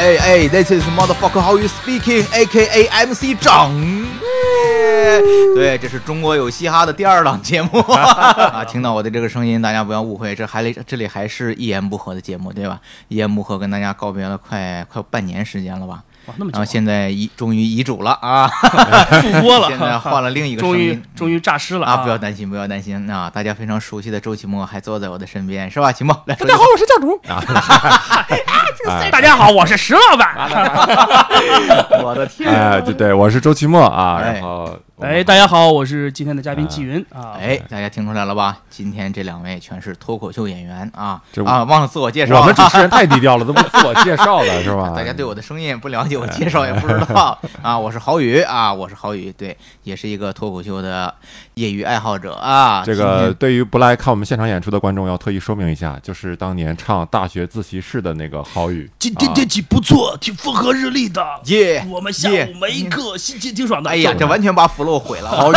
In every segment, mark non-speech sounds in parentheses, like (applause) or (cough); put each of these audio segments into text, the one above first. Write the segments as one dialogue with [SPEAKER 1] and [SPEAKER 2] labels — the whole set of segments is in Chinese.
[SPEAKER 1] 哎，This is motherfucker how you speaking，A.K.A. MC 整。对，这是中国有嘻哈的第二档节目啊！听到我的这个声音，大家不要误会，这还里这里还是一言不合的节目，对吧？一言不合跟大家告别了快快半年时间了吧？
[SPEAKER 2] 哇，那么
[SPEAKER 1] 然
[SPEAKER 2] 久
[SPEAKER 1] 后现在遗终于遗嘱了啊，
[SPEAKER 2] 复播了，
[SPEAKER 1] 现在换了另一个
[SPEAKER 2] 终
[SPEAKER 1] 声
[SPEAKER 2] 于
[SPEAKER 1] 音。
[SPEAKER 2] 终于诈尸了
[SPEAKER 1] 啊！不要担心，不要担心啊！大家非常熟悉的周奇墨还坐在我的身边，是吧？奇墨，来，
[SPEAKER 2] (laughs)
[SPEAKER 1] 大家好，我是啊
[SPEAKER 2] 哎大家好，我是石老
[SPEAKER 1] 哎
[SPEAKER 2] 板。
[SPEAKER 1] 我的天啊！
[SPEAKER 3] 哎，对对，我是周奇墨啊，
[SPEAKER 1] 哎
[SPEAKER 3] 然后
[SPEAKER 2] 哎，大家好，我是今天的嘉宾纪云啊。
[SPEAKER 1] 哎，大家听出来了吧？今天这两位全是脱口秀演员啊
[SPEAKER 3] 这
[SPEAKER 1] 啊！忘了自我介绍
[SPEAKER 3] 我
[SPEAKER 1] 了，
[SPEAKER 3] 们主持人太低调了，都不自我介绍
[SPEAKER 1] (laughs)
[SPEAKER 3] 了是吧？
[SPEAKER 1] 大家对我的声音也不了解，我介绍也不知
[SPEAKER 3] (laughs)
[SPEAKER 1] 道
[SPEAKER 3] 哎
[SPEAKER 1] 啊。我是郝宇啊，我是郝宇，对，也是一个脱口秀的业余爱好者啊。
[SPEAKER 3] 这
[SPEAKER 1] 今
[SPEAKER 3] 个
[SPEAKER 1] 天
[SPEAKER 3] 对于不来看我们现场演出的观众，要特意说明一下，就是当年唱《大学自习室》的那个郝
[SPEAKER 1] (laughs)
[SPEAKER 3] 宇。
[SPEAKER 2] 今天天气不错，挺风和日丽的。
[SPEAKER 1] 耶
[SPEAKER 2] 我们下
[SPEAKER 1] 耶
[SPEAKER 2] 午没课，心情挺爽的。
[SPEAKER 1] 啊哎呀，
[SPEAKER 2] 走
[SPEAKER 1] 这完全把 flow 毁了。
[SPEAKER 3] 郝宇，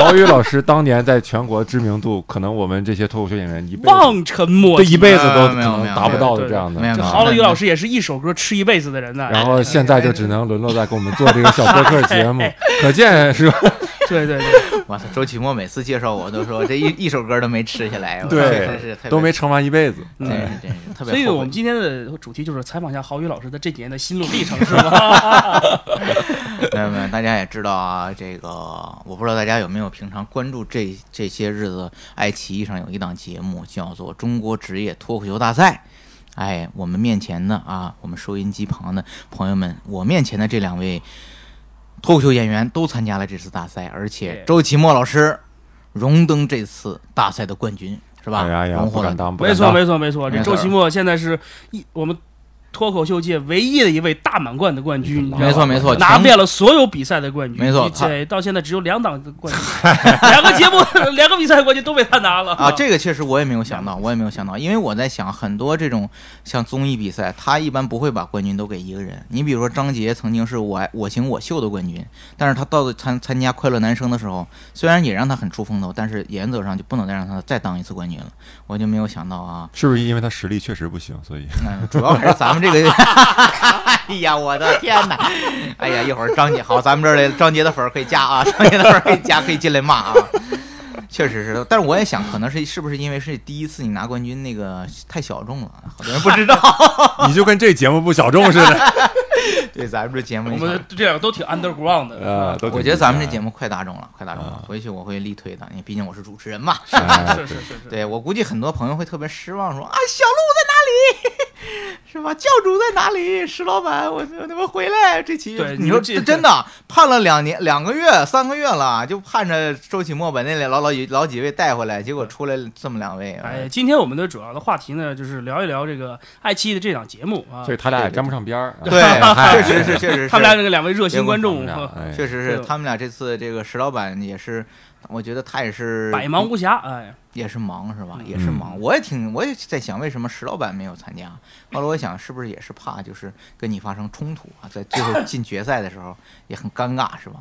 [SPEAKER 3] 郝宇老师当年在全国知名度，可能我们这些脱口秀演员一辈
[SPEAKER 2] (laughs)
[SPEAKER 3] 子
[SPEAKER 2] 望尘莫
[SPEAKER 3] 对一
[SPEAKER 2] 及。
[SPEAKER 3] 辈子都可
[SPEAKER 1] 没有没有
[SPEAKER 3] 能达不到的这样的
[SPEAKER 1] 没有。
[SPEAKER 2] 这
[SPEAKER 1] 没有
[SPEAKER 2] 郝老宇老师也是一首歌吃一辈子的人呢。
[SPEAKER 3] 然后现在就只能沦落在给我们做这个小播客节
[SPEAKER 1] 哎
[SPEAKER 3] 目，可见是吧？
[SPEAKER 2] 对对对，
[SPEAKER 1] 我操，周奇墨每次介绍我都说这一一首歌都没吃下来，我
[SPEAKER 3] 对
[SPEAKER 1] 真是特别
[SPEAKER 3] 都没，撑完一辈子。
[SPEAKER 1] 真是真是特别。
[SPEAKER 2] 嗯所以我们今天的主题就是采访一下郝宇老师的这几年的心路
[SPEAKER 1] (laughs)
[SPEAKER 2] 历程，是吗？
[SPEAKER 1] 朋友们，大家也知道啊，这个我不知道大家有没有平常关注这这些日子，爱奇艺上有一档节目叫做《中国职业脱口秀大赛》。哎，我们面前的啊，我们收音机旁的朋友们，我面前的这两位脱口秀演员都参加了这次大赛，而且
[SPEAKER 2] 对
[SPEAKER 1] 周奇墨老师荣登这次大赛的冠军，是吧？
[SPEAKER 3] 哎呀呀，
[SPEAKER 1] 荣
[SPEAKER 3] 不
[SPEAKER 1] 获了
[SPEAKER 3] 敢当，不
[SPEAKER 2] 没
[SPEAKER 3] 敢
[SPEAKER 2] 错
[SPEAKER 3] 当。
[SPEAKER 2] 没错没错，这
[SPEAKER 1] 没错
[SPEAKER 2] 周奇墨现在是一我们脱口秀界唯一的一位大满贯的冠军，你知道吗
[SPEAKER 1] 没错没错，
[SPEAKER 2] 拿
[SPEAKER 1] 强
[SPEAKER 2] 遍了所有比赛的冠军，
[SPEAKER 1] 没错他
[SPEAKER 2] 且到现在只有两档的冠军，
[SPEAKER 1] (laughs)
[SPEAKER 2] 两个节目、两个比赛冠军都被他拿了
[SPEAKER 1] 啊，这个确实我也没有想到，我也没有想到，因为我在想很多这种像综艺比赛，他一般不会把冠军都给一个人。你比如说张杰曾经是我爱我行我秀的冠军，但是他到了参参加快乐男生的时候，虽然也让他很出风头，但是原则上就不能再让他再当一次冠军了。我就没有想到啊，
[SPEAKER 3] 是不是因为他实力确实不行，所以 (laughs)
[SPEAKER 1] 嗯，主要还是咱们这个，哎呀，我的天哪！哎呀，一会儿张杰好，咱们这儿的张杰的粉儿可以加啊，张杰的粉儿可以加，可以进来骂啊。确实是，但是我也想，可能是是不是因为是第一次你拿冠军，那个太小众了，好多人不知道。
[SPEAKER 3] 你就跟这节目不小众似的。
[SPEAKER 1] 对，咱们这节目
[SPEAKER 2] 我
[SPEAKER 1] 也
[SPEAKER 2] 们这两个都挺 underground 的。
[SPEAKER 3] (laughs) 呃，都挺
[SPEAKER 1] 我觉得咱们这节
[SPEAKER 3] 目
[SPEAKER 1] 目快大众了，快大众了，回去我会力推的，因为毕竟我是主持人嘛。
[SPEAKER 3] 哎
[SPEAKER 2] 是是是是，
[SPEAKER 1] 对我估计很多朋友会特别失望说，啊，小鹿在哪里？ (laughs) 是吧？教主在哪里？石老板，我我他妈回来！这期
[SPEAKER 2] 对
[SPEAKER 1] 你
[SPEAKER 2] 你
[SPEAKER 1] 说
[SPEAKER 2] 说
[SPEAKER 1] 这
[SPEAKER 2] 这
[SPEAKER 1] 真的盼了两年、两个月、三个月了，就盼着周启墨把那老老几老几位带回来，结果出来这么两位。啊
[SPEAKER 2] 哎， (laughs) 今天我们的主要的话题呢，就是聊一聊这个爱奇艺的这档节目啊
[SPEAKER 3] (laughs) 所，以他俩也沾不上边儿。
[SPEAKER 1] 对，确实是，确实是。
[SPEAKER 2] 他们俩这个两位热心观
[SPEAKER 3] 我
[SPEAKER 2] 众
[SPEAKER 3] 们，俩哎
[SPEAKER 1] 确实是
[SPEAKER 2] 对
[SPEAKER 1] 他们俩这次这个石老板也是，我觉得他也是
[SPEAKER 2] 百忙无暇，哎，
[SPEAKER 1] 也是忙是吧？
[SPEAKER 2] 嗯
[SPEAKER 1] 也是忙，我也挺，我也在想为什么石老板没有参加。后来我想，是不是也是怕就是跟你发生冲突啊？在最后进决赛的时候 (laughs) 也很尴尬是吧？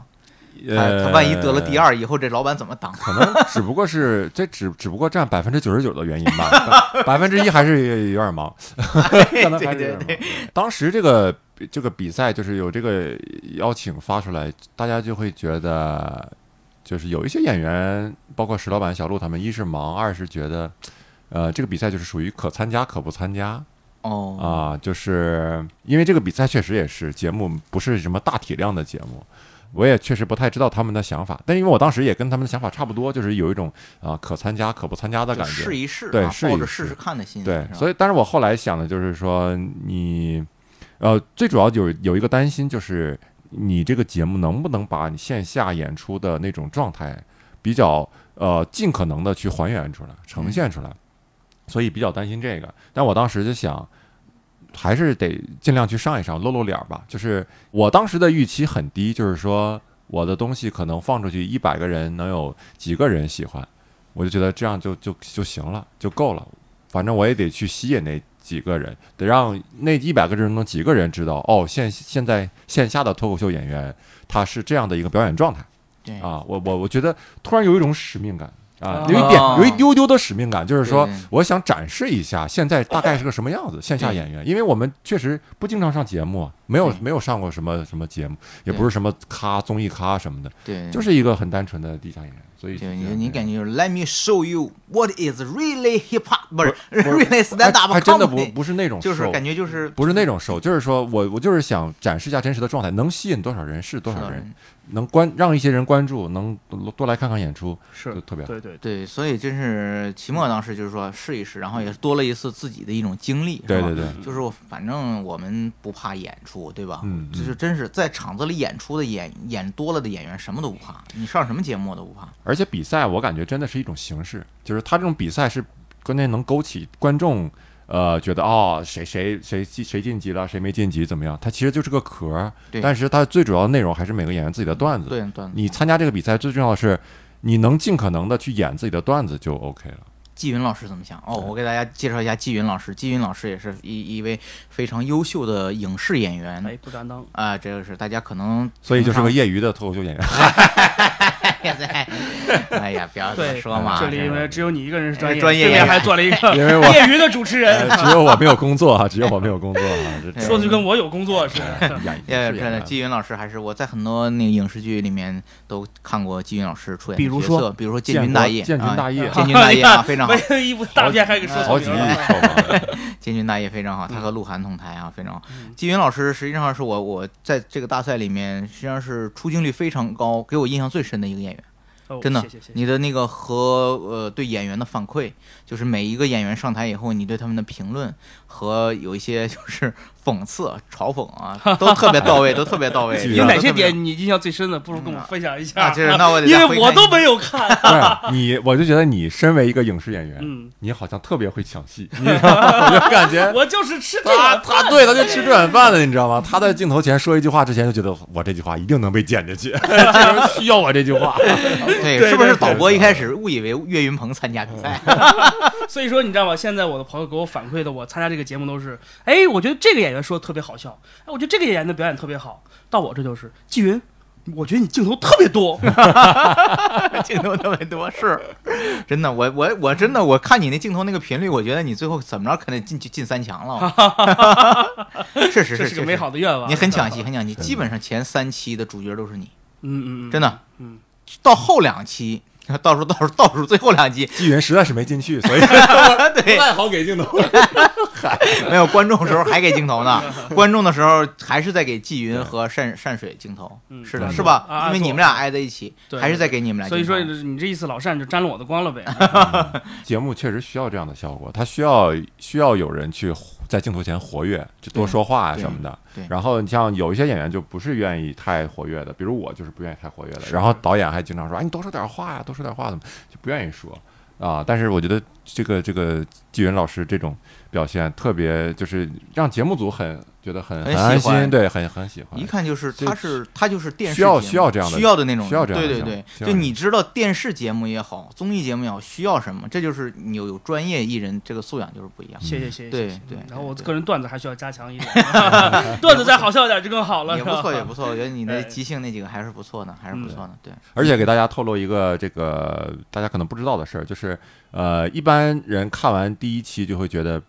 [SPEAKER 1] 他
[SPEAKER 3] 呃，
[SPEAKER 1] 他万一得了第，二，以后这老板怎么当？
[SPEAKER 3] 可能 (laughs) 只不过是这只只不过占百分之九十九的原因吧， (laughs) 百分之一还是有点忙。
[SPEAKER 1] (laughs) 对
[SPEAKER 3] (laughs) 可能还是有
[SPEAKER 1] (laughs) 对
[SPEAKER 3] 点忙
[SPEAKER 1] 对，
[SPEAKER 3] 当时这个这个比赛就是有这个邀请发出来，大家就会觉得，就是有一些演员，包括石老板、小鹿他们，一是忙，二是觉得，呃，这个比赛就是属于可参加可不参加
[SPEAKER 1] 哦，
[SPEAKER 3] 啊，就是因为这个比赛确实也是节目，不是什么大体量的节目。我也确实不太知道他们的想法，但因为我当时也跟他们的想法差不多，就是有一种啊、可参加可不参加的
[SPEAKER 1] 就
[SPEAKER 3] 感觉，
[SPEAKER 1] 试一试啊，
[SPEAKER 3] 对试一
[SPEAKER 1] 抱着
[SPEAKER 3] 试
[SPEAKER 1] 试试看的心，
[SPEAKER 3] 对，
[SPEAKER 1] 以
[SPEAKER 3] 所以但是我后来想的就是说，你呃，最主要有有一个担心就是你这个节目能不能把你线下演出的那种状态比较呃尽可能的去还原出来、呈现出来，所以比较担心这个。但我当时就想。还是得尽量去上一上，露露脸儿吧。就是我当时的预期很低，就是说我的东西可能放出去一百个人，能有几个人喜欢，我就觉得这样就就就行了，就够了。反正我也得去吸引那几个人，得让那一百个人中几个人知道，哦，现现在线下的脱口秀演员他是这样的一个表演状态
[SPEAKER 1] 对
[SPEAKER 3] 啊啊！我我我觉得突然有一种使命感，啊
[SPEAKER 2] 哦，
[SPEAKER 3] 有一点有一丢丢的使命感，就是说
[SPEAKER 1] 对
[SPEAKER 3] 我想展示一下现在大概是个什么样子，线下演员，因为我们确实不经常上节目，啊没有
[SPEAKER 1] 对
[SPEAKER 3] 没有上过什么什么节目，也
[SPEAKER 1] 对
[SPEAKER 3] 不是什么咖综艺咖什么的，
[SPEAKER 1] 对，
[SPEAKER 3] 就是一个很单纯的地下演员，所以
[SPEAKER 1] 对，
[SPEAKER 3] 就
[SPEAKER 1] 你
[SPEAKER 3] 是
[SPEAKER 1] 你感觉就是 Let me show you what is really hip hop，不是 (laughs) really
[SPEAKER 3] 还
[SPEAKER 1] stand up，
[SPEAKER 3] 还真的不
[SPEAKER 1] comedy
[SPEAKER 3] 不是那种
[SPEAKER 1] 就是
[SPEAKER 3] 瘦
[SPEAKER 1] 感觉就是
[SPEAKER 3] 不是那种瘦，就是说我我就是想展示一下真实的状态，能吸引多少人是多少
[SPEAKER 1] 啊
[SPEAKER 3] 人，，能关让一些人关注，能多多来看看演出，
[SPEAKER 2] 是
[SPEAKER 3] 就特别好
[SPEAKER 2] 对对
[SPEAKER 1] 对，所以真是期末当时就是说试一试，然后也是多了一次自己的一种经历，是
[SPEAKER 3] 对
[SPEAKER 1] 吧
[SPEAKER 3] 对对，
[SPEAKER 1] 就是我反正我们不怕演出，对吧？
[SPEAKER 3] 嗯嗯
[SPEAKER 1] 就是真是在场子里演出的演演多了的演员什么都不怕，你上什么节目我都不怕。
[SPEAKER 3] 而且比赛我感觉真的是一种形式，就是他这种比赛是关键能勾起观众呃觉得哦谁谁谁谁谁晋级了，谁没晋级怎么样，它其实就是个壳儿
[SPEAKER 1] 对，
[SPEAKER 3] 但是它最主要的内容还是每个演员自己的段子。
[SPEAKER 1] 对，段子。
[SPEAKER 3] 嗯你参加这个比赛最重要的是你能尽可能的去演自己的段子就 OK 了。
[SPEAKER 1] 季云老师怎么想？哦，我给大家介绍一下季云老师。季云老师也是一一位非常优秀的影视演员。
[SPEAKER 2] 哎，不敢当，
[SPEAKER 1] 啊、这个是大家可能
[SPEAKER 3] 所以就是个
[SPEAKER 1] 平
[SPEAKER 3] 业余的脱口秀演员，
[SPEAKER 1] 常 (laughs) 哎呀，不要这么
[SPEAKER 2] 对
[SPEAKER 1] 说嘛，
[SPEAKER 2] 这里因为只有你一个人是专业，
[SPEAKER 1] 哎专业
[SPEAKER 2] 对面
[SPEAKER 1] 演员
[SPEAKER 2] 还做了一个
[SPEAKER 3] 因为我
[SPEAKER 2] (laughs) 业余的主持人，
[SPEAKER 3] 呃只有我没有工作啊，只有我没有工作啊，这
[SPEAKER 1] 哎
[SPEAKER 2] 说的就跟我有工作似 (laughs)
[SPEAKER 3] 这
[SPEAKER 2] 的。
[SPEAKER 3] 演啊
[SPEAKER 1] 呃，
[SPEAKER 3] 是
[SPEAKER 1] 真的，
[SPEAKER 3] 演
[SPEAKER 1] 季云老师还是我在很多那个影视剧里面都看过季云老师出演的
[SPEAKER 2] 比如
[SPEAKER 1] 角
[SPEAKER 2] 说
[SPEAKER 1] 色，比如说《建
[SPEAKER 3] 建
[SPEAKER 1] 军
[SPEAKER 3] 国
[SPEAKER 1] 大业》
[SPEAKER 3] 建军
[SPEAKER 1] 啊
[SPEAKER 3] 大业
[SPEAKER 1] 建军大业啊，非常好
[SPEAKER 2] 没，有一部大片还给说
[SPEAKER 3] 好
[SPEAKER 2] 错
[SPEAKER 3] 几
[SPEAKER 2] 名
[SPEAKER 3] 亿
[SPEAKER 2] 了，
[SPEAKER 3] 票房，
[SPEAKER 1] 建军大业非常好，他和鹿晗同台啊，非常好
[SPEAKER 2] 嗯。
[SPEAKER 1] 季云老师实际上是我我在这个大赛里面实际上是出镜率非常高，给我印象最深的一个演员。
[SPEAKER 2] 哦
[SPEAKER 1] 真的
[SPEAKER 2] 谢谢谢谢。
[SPEAKER 1] 你的那个和呃对演员的反馈，就是每一个演员上台以后，你对他们的评论和有一些就是讽刺、嘲讽啊，都特别到位，都特别到位。
[SPEAKER 3] 有
[SPEAKER 2] (laughs) 有哪
[SPEAKER 1] 都
[SPEAKER 2] 些
[SPEAKER 1] 特别
[SPEAKER 2] 点你印象最深的？不如跟我分享一下。
[SPEAKER 1] 啊？就是那我得
[SPEAKER 2] 因
[SPEAKER 1] 再
[SPEAKER 2] 为
[SPEAKER 1] 回
[SPEAKER 2] 我
[SPEAKER 1] 看一
[SPEAKER 2] 都
[SPEAKER 1] 下
[SPEAKER 2] 没有看。
[SPEAKER 3] 对你，我就觉得你身为一个影视演员，
[SPEAKER 2] 嗯，
[SPEAKER 3] 你好像特别会抢戏，你知道吗？我 (laughs) 就感觉
[SPEAKER 2] 我就是吃这
[SPEAKER 3] 他
[SPEAKER 1] 啊
[SPEAKER 2] 碗饭。
[SPEAKER 3] 他对他就吃这碗饭的，你知道吗？他在镜头前说一句话之前就觉得我这句话一定能被剪进去， (laughs) 这人需要我这句话。
[SPEAKER 1] 对，
[SPEAKER 2] 对
[SPEAKER 1] 是不
[SPEAKER 2] 对
[SPEAKER 1] 是
[SPEAKER 2] 对
[SPEAKER 1] 导播一开始误以为岳云鹏参加比
[SPEAKER 2] (laughs)
[SPEAKER 1] 赛？
[SPEAKER 2] (laughs) 所以说，你知道吗？现在我的朋友给我反馈的，我参加这个节目都是，哎，我觉得这个演员说的特别好笑，哎，我觉得这个演员的表演特别好。到我这就是季云，我觉得你镜头特别多，
[SPEAKER 1] 嗯镜头特别多，是真的。我我我真的我看你那镜头那个频率，我觉得你最后怎么着可能进去进三强了。
[SPEAKER 2] (laughs)
[SPEAKER 1] 确实
[SPEAKER 2] 这
[SPEAKER 1] 是
[SPEAKER 2] 是个美，好的啊愿
[SPEAKER 1] 确实
[SPEAKER 2] 望。
[SPEAKER 1] 你很抢戏，很抢戏。基本上前三期的主角都是你，
[SPEAKER 2] 嗯，嗯嗯，
[SPEAKER 1] 真的。
[SPEAKER 2] 嗯，
[SPEAKER 1] 到后两期，倒数倒数倒数最后两期，
[SPEAKER 3] 纪云实在是没进去，所以 (laughs)
[SPEAKER 1] 对，
[SPEAKER 3] 好给镜头。
[SPEAKER 1] 没有观众的时候还给镜头
[SPEAKER 2] (laughs)
[SPEAKER 1] 呢，观众的时候还是在给季云和善善水镜头，
[SPEAKER 2] 嗯
[SPEAKER 1] 是的，
[SPEAKER 3] 对
[SPEAKER 1] 是吧？
[SPEAKER 2] 啊啊
[SPEAKER 1] 因为你们俩挨在一起，
[SPEAKER 2] 对
[SPEAKER 1] 还是在给你们俩
[SPEAKER 2] 所以
[SPEAKER 1] 镜头。
[SPEAKER 2] 说你这一次老善就沾了我的光了呗。
[SPEAKER 3] (laughs) 节目确实需要这样的效果，它需要需要有人去在镜头前活跃，就多说话啊
[SPEAKER 1] 对
[SPEAKER 3] 什么的
[SPEAKER 1] 对。
[SPEAKER 3] 然后你像有一些演员就不是愿意太活跃的，比如我就是不愿意太活跃的。然后导演还经常说：“哎，你多说点话呀，多说点话怎么就不愿意说啊？”但是我觉得这个这个纪云老师这种表现特别，就是让节目组很觉得很
[SPEAKER 1] 很喜
[SPEAKER 3] 安
[SPEAKER 1] 欢
[SPEAKER 3] 心，对，很很喜欢
[SPEAKER 1] 一。看就是，
[SPEAKER 3] 这
[SPEAKER 1] 他是他就是电视
[SPEAKER 3] 哎需要
[SPEAKER 1] 节目
[SPEAKER 3] 需要这样的
[SPEAKER 1] 需要的那种人，
[SPEAKER 3] 需要这样的
[SPEAKER 1] 对
[SPEAKER 3] 项目
[SPEAKER 1] 对
[SPEAKER 3] 需
[SPEAKER 1] 对，
[SPEAKER 3] 要
[SPEAKER 1] 就
[SPEAKER 3] 这样
[SPEAKER 1] 你知道电视节目也好，综艺节目也好，需要什么，这就是你有有专业艺人这个素养就是不一样。
[SPEAKER 2] 谢谢谢谢。
[SPEAKER 1] 对
[SPEAKER 2] 谢谢
[SPEAKER 1] 对
[SPEAKER 2] 然后我
[SPEAKER 1] 对
[SPEAKER 2] 个人段子还需要加强一点， (laughs) 段子再好笑一点就更好了。
[SPEAKER 1] 也不
[SPEAKER 2] 是吧
[SPEAKER 1] 错，也不错，我觉得你那
[SPEAKER 2] 哎
[SPEAKER 1] 即兴那几个还是不错的，还是不
[SPEAKER 2] 嗯
[SPEAKER 1] 错的。对，
[SPEAKER 3] 而且给大家透露一个这个大家可能不知道的事儿，就是呃，一般人看完第一期就会觉得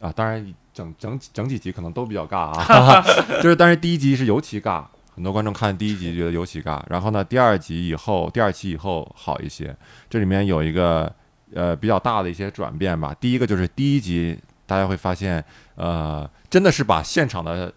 [SPEAKER 3] 啊，当然整整整几集可能都比较尬啊，就是但是第一集是尤其尬，很多观众看第一集觉得尤其尬，然后呢，第二集以后，第二期以后好一些，这里面有一个呃比较大的一些转变吧，第一个就是第一集大家会发现呃真的是把现场的。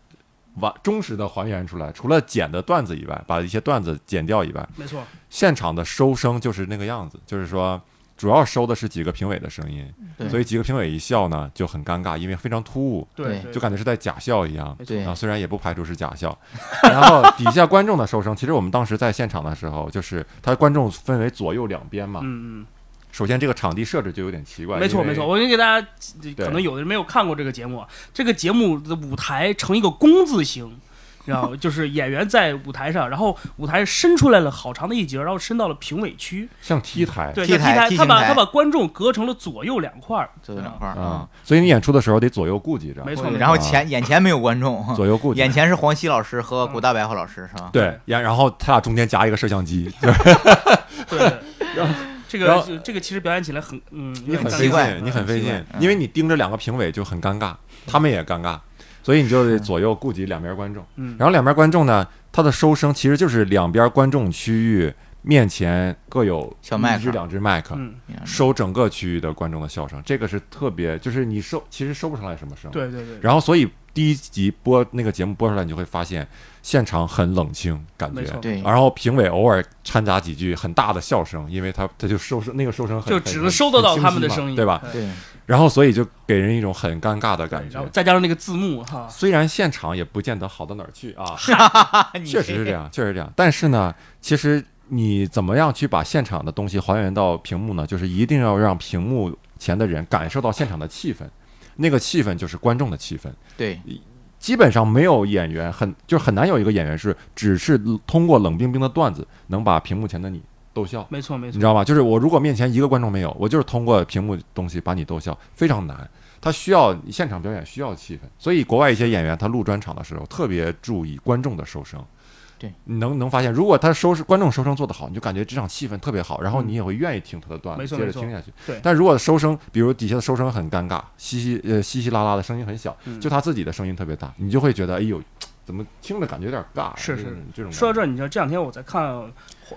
[SPEAKER 3] 完忠实的还原出来，除了剪的段子以外，把一些段子剪掉以外，
[SPEAKER 2] 没错，
[SPEAKER 3] 现场的收声就是那个样子，就是说主要收的是几个评委的声音
[SPEAKER 1] 对，
[SPEAKER 3] 所以几个评委一笑呢就很尴尬，因为非常突兀，
[SPEAKER 1] 对
[SPEAKER 2] 对，
[SPEAKER 3] 就感觉是在假笑一样。
[SPEAKER 2] 没错
[SPEAKER 1] 对
[SPEAKER 3] 啊，虽然也不排除是
[SPEAKER 2] (laughs)
[SPEAKER 3] 假笑，然后底下观众的收声，其实我们当时在现场的时候，就是他观众分为左右两边嘛。
[SPEAKER 2] 嗯嗯。
[SPEAKER 3] 首先这个场地设置就有点奇怪，
[SPEAKER 2] 没错
[SPEAKER 3] 因为
[SPEAKER 2] 没错，，我先给大家，可能有的人没有看过这个节目，啊，这个节目的舞台呈一个工字形。然后就是演员在舞台上，然后舞台伸出来了好长的一截，然后伸到了评委区，
[SPEAKER 3] 像 T 台
[SPEAKER 2] 对，
[SPEAKER 1] T
[SPEAKER 2] 像 T
[SPEAKER 1] 台 T
[SPEAKER 2] 他
[SPEAKER 1] 型
[SPEAKER 2] 把
[SPEAKER 1] 台
[SPEAKER 2] 他把观众隔成了左右两块儿，
[SPEAKER 1] 这两块儿
[SPEAKER 3] 啊
[SPEAKER 1] 啊，，
[SPEAKER 3] 所以你演出的时候得左右顾忌着，
[SPEAKER 2] 嗯
[SPEAKER 3] 嗯
[SPEAKER 2] 没错
[SPEAKER 1] 对
[SPEAKER 2] 没错
[SPEAKER 1] 然后前眼前没有观
[SPEAKER 3] (laughs)
[SPEAKER 1] 众，
[SPEAKER 3] 左右顾忌
[SPEAKER 1] 眼。前是黄西老师和古大白话老师，是吧？
[SPEAKER 3] (laughs) 对，然然后他俩中间夹一个摄像机，
[SPEAKER 2] 对，这
[SPEAKER 3] 然
[SPEAKER 2] 个
[SPEAKER 3] 后
[SPEAKER 2] 就这个其实表演起来很嗯，有
[SPEAKER 3] 你
[SPEAKER 2] 点
[SPEAKER 3] 很
[SPEAKER 2] 尴
[SPEAKER 3] 费
[SPEAKER 1] 奇怪
[SPEAKER 2] 尬。
[SPEAKER 3] 劲，你很费
[SPEAKER 1] 很
[SPEAKER 3] 劲
[SPEAKER 1] 奇怪，嗯
[SPEAKER 3] 因为你盯着两个评委就很尴尬，他们也尴尬，所以你就得左右顾及两边观众。
[SPEAKER 2] 嗯，
[SPEAKER 3] 然后两边观众呢，它的收声其实就是两边观众区域面前各有
[SPEAKER 1] 小麦
[SPEAKER 3] 一
[SPEAKER 1] 克
[SPEAKER 3] 只两只麦克，
[SPEAKER 2] 嗯，
[SPEAKER 3] 收整个区域的观众的笑声，这个是特别，就是你收其实收不上来什么声。。
[SPEAKER 2] 对对对，
[SPEAKER 3] 然后所以第一集播那个节目播出来，你就会发现现场很冷清，感
[SPEAKER 2] 没错
[SPEAKER 3] 觉。
[SPEAKER 1] 嗯对，
[SPEAKER 3] 然后评委偶尔掺杂几句很大的笑声，因为他他就收声，那个收声很
[SPEAKER 2] 就
[SPEAKER 3] 很
[SPEAKER 2] 只能收得到
[SPEAKER 3] 很
[SPEAKER 2] 他们的
[SPEAKER 3] 清晰嘛
[SPEAKER 2] 声音，嗯
[SPEAKER 3] 对吧？
[SPEAKER 1] 对，
[SPEAKER 3] 然后所以就给人一种很尴尬的
[SPEAKER 2] 对
[SPEAKER 3] 感觉
[SPEAKER 2] 然后。再加上那个字幕哈，
[SPEAKER 3] 虽然现场也不见得好到哪儿去啊，确实是这
[SPEAKER 1] 样。
[SPEAKER 3] 样，确实是这样。但是呢，其实你怎么样去把现场的东西还原到屏幕呢？就是一定要让屏幕前的人感受到现场的气氛，那个气氛就是观众的气氛。
[SPEAKER 1] 对，
[SPEAKER 3] 基本上没有演员很，就是很难有一个演员是只是通过冷冰冰的段子能把屏幕前的你逗笑。
[SPEAKER 2] 没错没
[SPEAKER 3] 你
[SPEAKER 2] 错
[SPEAKER 3] 知，道吗？就是我如果面前一个观众没有，我就是通过屏幕东西把你逗笑，非常难。他需要现场表演，需要气氛，所以国外一些演员他录专场的时候特别注意观众的收声。
[SPEAKER 1] 对，
[SPEAKER 3] 你能能发现，如果他收视观众收声做得好，你就感觉这场气氛特别好，然后
[SPEAKER 2] 嗯
[SPEAKER 3] 你也会愿意听他的段
[SPEAKER 2] 没
[SPEAKER 3] 子，
[SPEAKER 2] 错
[SPEAKER 3] 接
[SPEAKER 2] 没
[SPEAKER 3] 着
[SPEAKER 2] 错
[SPEAKER 3] 听下去。
[SPEAKER 2] 对
[SPEAKER 3] 但如果收声，比如底下的收声很尴尬，稀稀呃稀稀拉拉的声音很小，
[SPEAKER 2] 嗯
[SPEAKER 3] 就他自己的声音特别大，你就会觉得哎呦，怎么听着感觉有点尬？
[SPEAKER 2] 是是
[SPEAKER 3] 这种这种
[SPEAKER 2] 说到这
[SPEAKER 3] 感觉
[SPEAKER 2] 儿，你知道这两天我在看，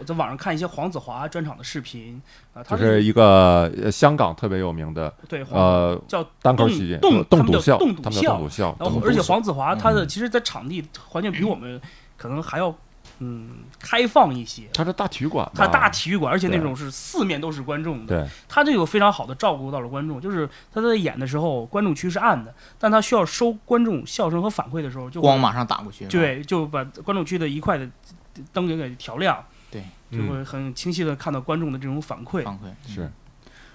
[SPEAKER 2] 在网上看一些黄子华专场的视频啊，他
[SPEAKER 3] 就是一个呃香港特别有名的
[SPEAKER 2] 对黄
[SPEAKER 3] 呃
[SPEAKER 2] 叫
[SPEAKER 3] 单口喜剧，
[SPEAKER 2] 动
[SPEAKER 3] 动
[SPEAKER 2] 他们
[SPEAKER 3] 笃
[SPEAKER 2] 叫
[SPEAKER 3] 笑，
[SPEAKER 2] 动笃
[SPEAKER 3] 他们
[SPEAKER 2] 笑
[SPEAKER 3] 叫动笃笑，
[SPEAKER 2] 然后
[SPEAKER 3] 动笃
[SPEAKER 2] 而且
[SPEAKER 3] 笑
[SPEAKER 2] 黄子华他的其实，在场地环境比我们可能还要嗯开放一些。
[SPEAKER 3] 他是大体育馆吧，
[SPEAKER 2] 他大体育馆，而且那
[SPEAKER 3] 啊对
[SPEAKER 2] 种是四面都是观众的，
[SPEAKER 3] 对
[SPEAKER 2] 他就有非常好的照顾到了观众。就是他在演的时候，观众区是暗的，但他需要收观众笑声和反馈的时候，就会
[SPEAKER 1] 光马上打过去。，
[SPEAKER 2] 对，就把观众区的一块的灯给给调亮，
[SPEAKER 1] 对，
[SPEAKER 2] 就
[SPEAKER 3] 嗯
[SPEAKER 2] 会很清晰的看到观众的这种反馈。
[SPEAKER 1] 反馈
[SPEAKER 3] 是
[SPEAKER 1] 嗯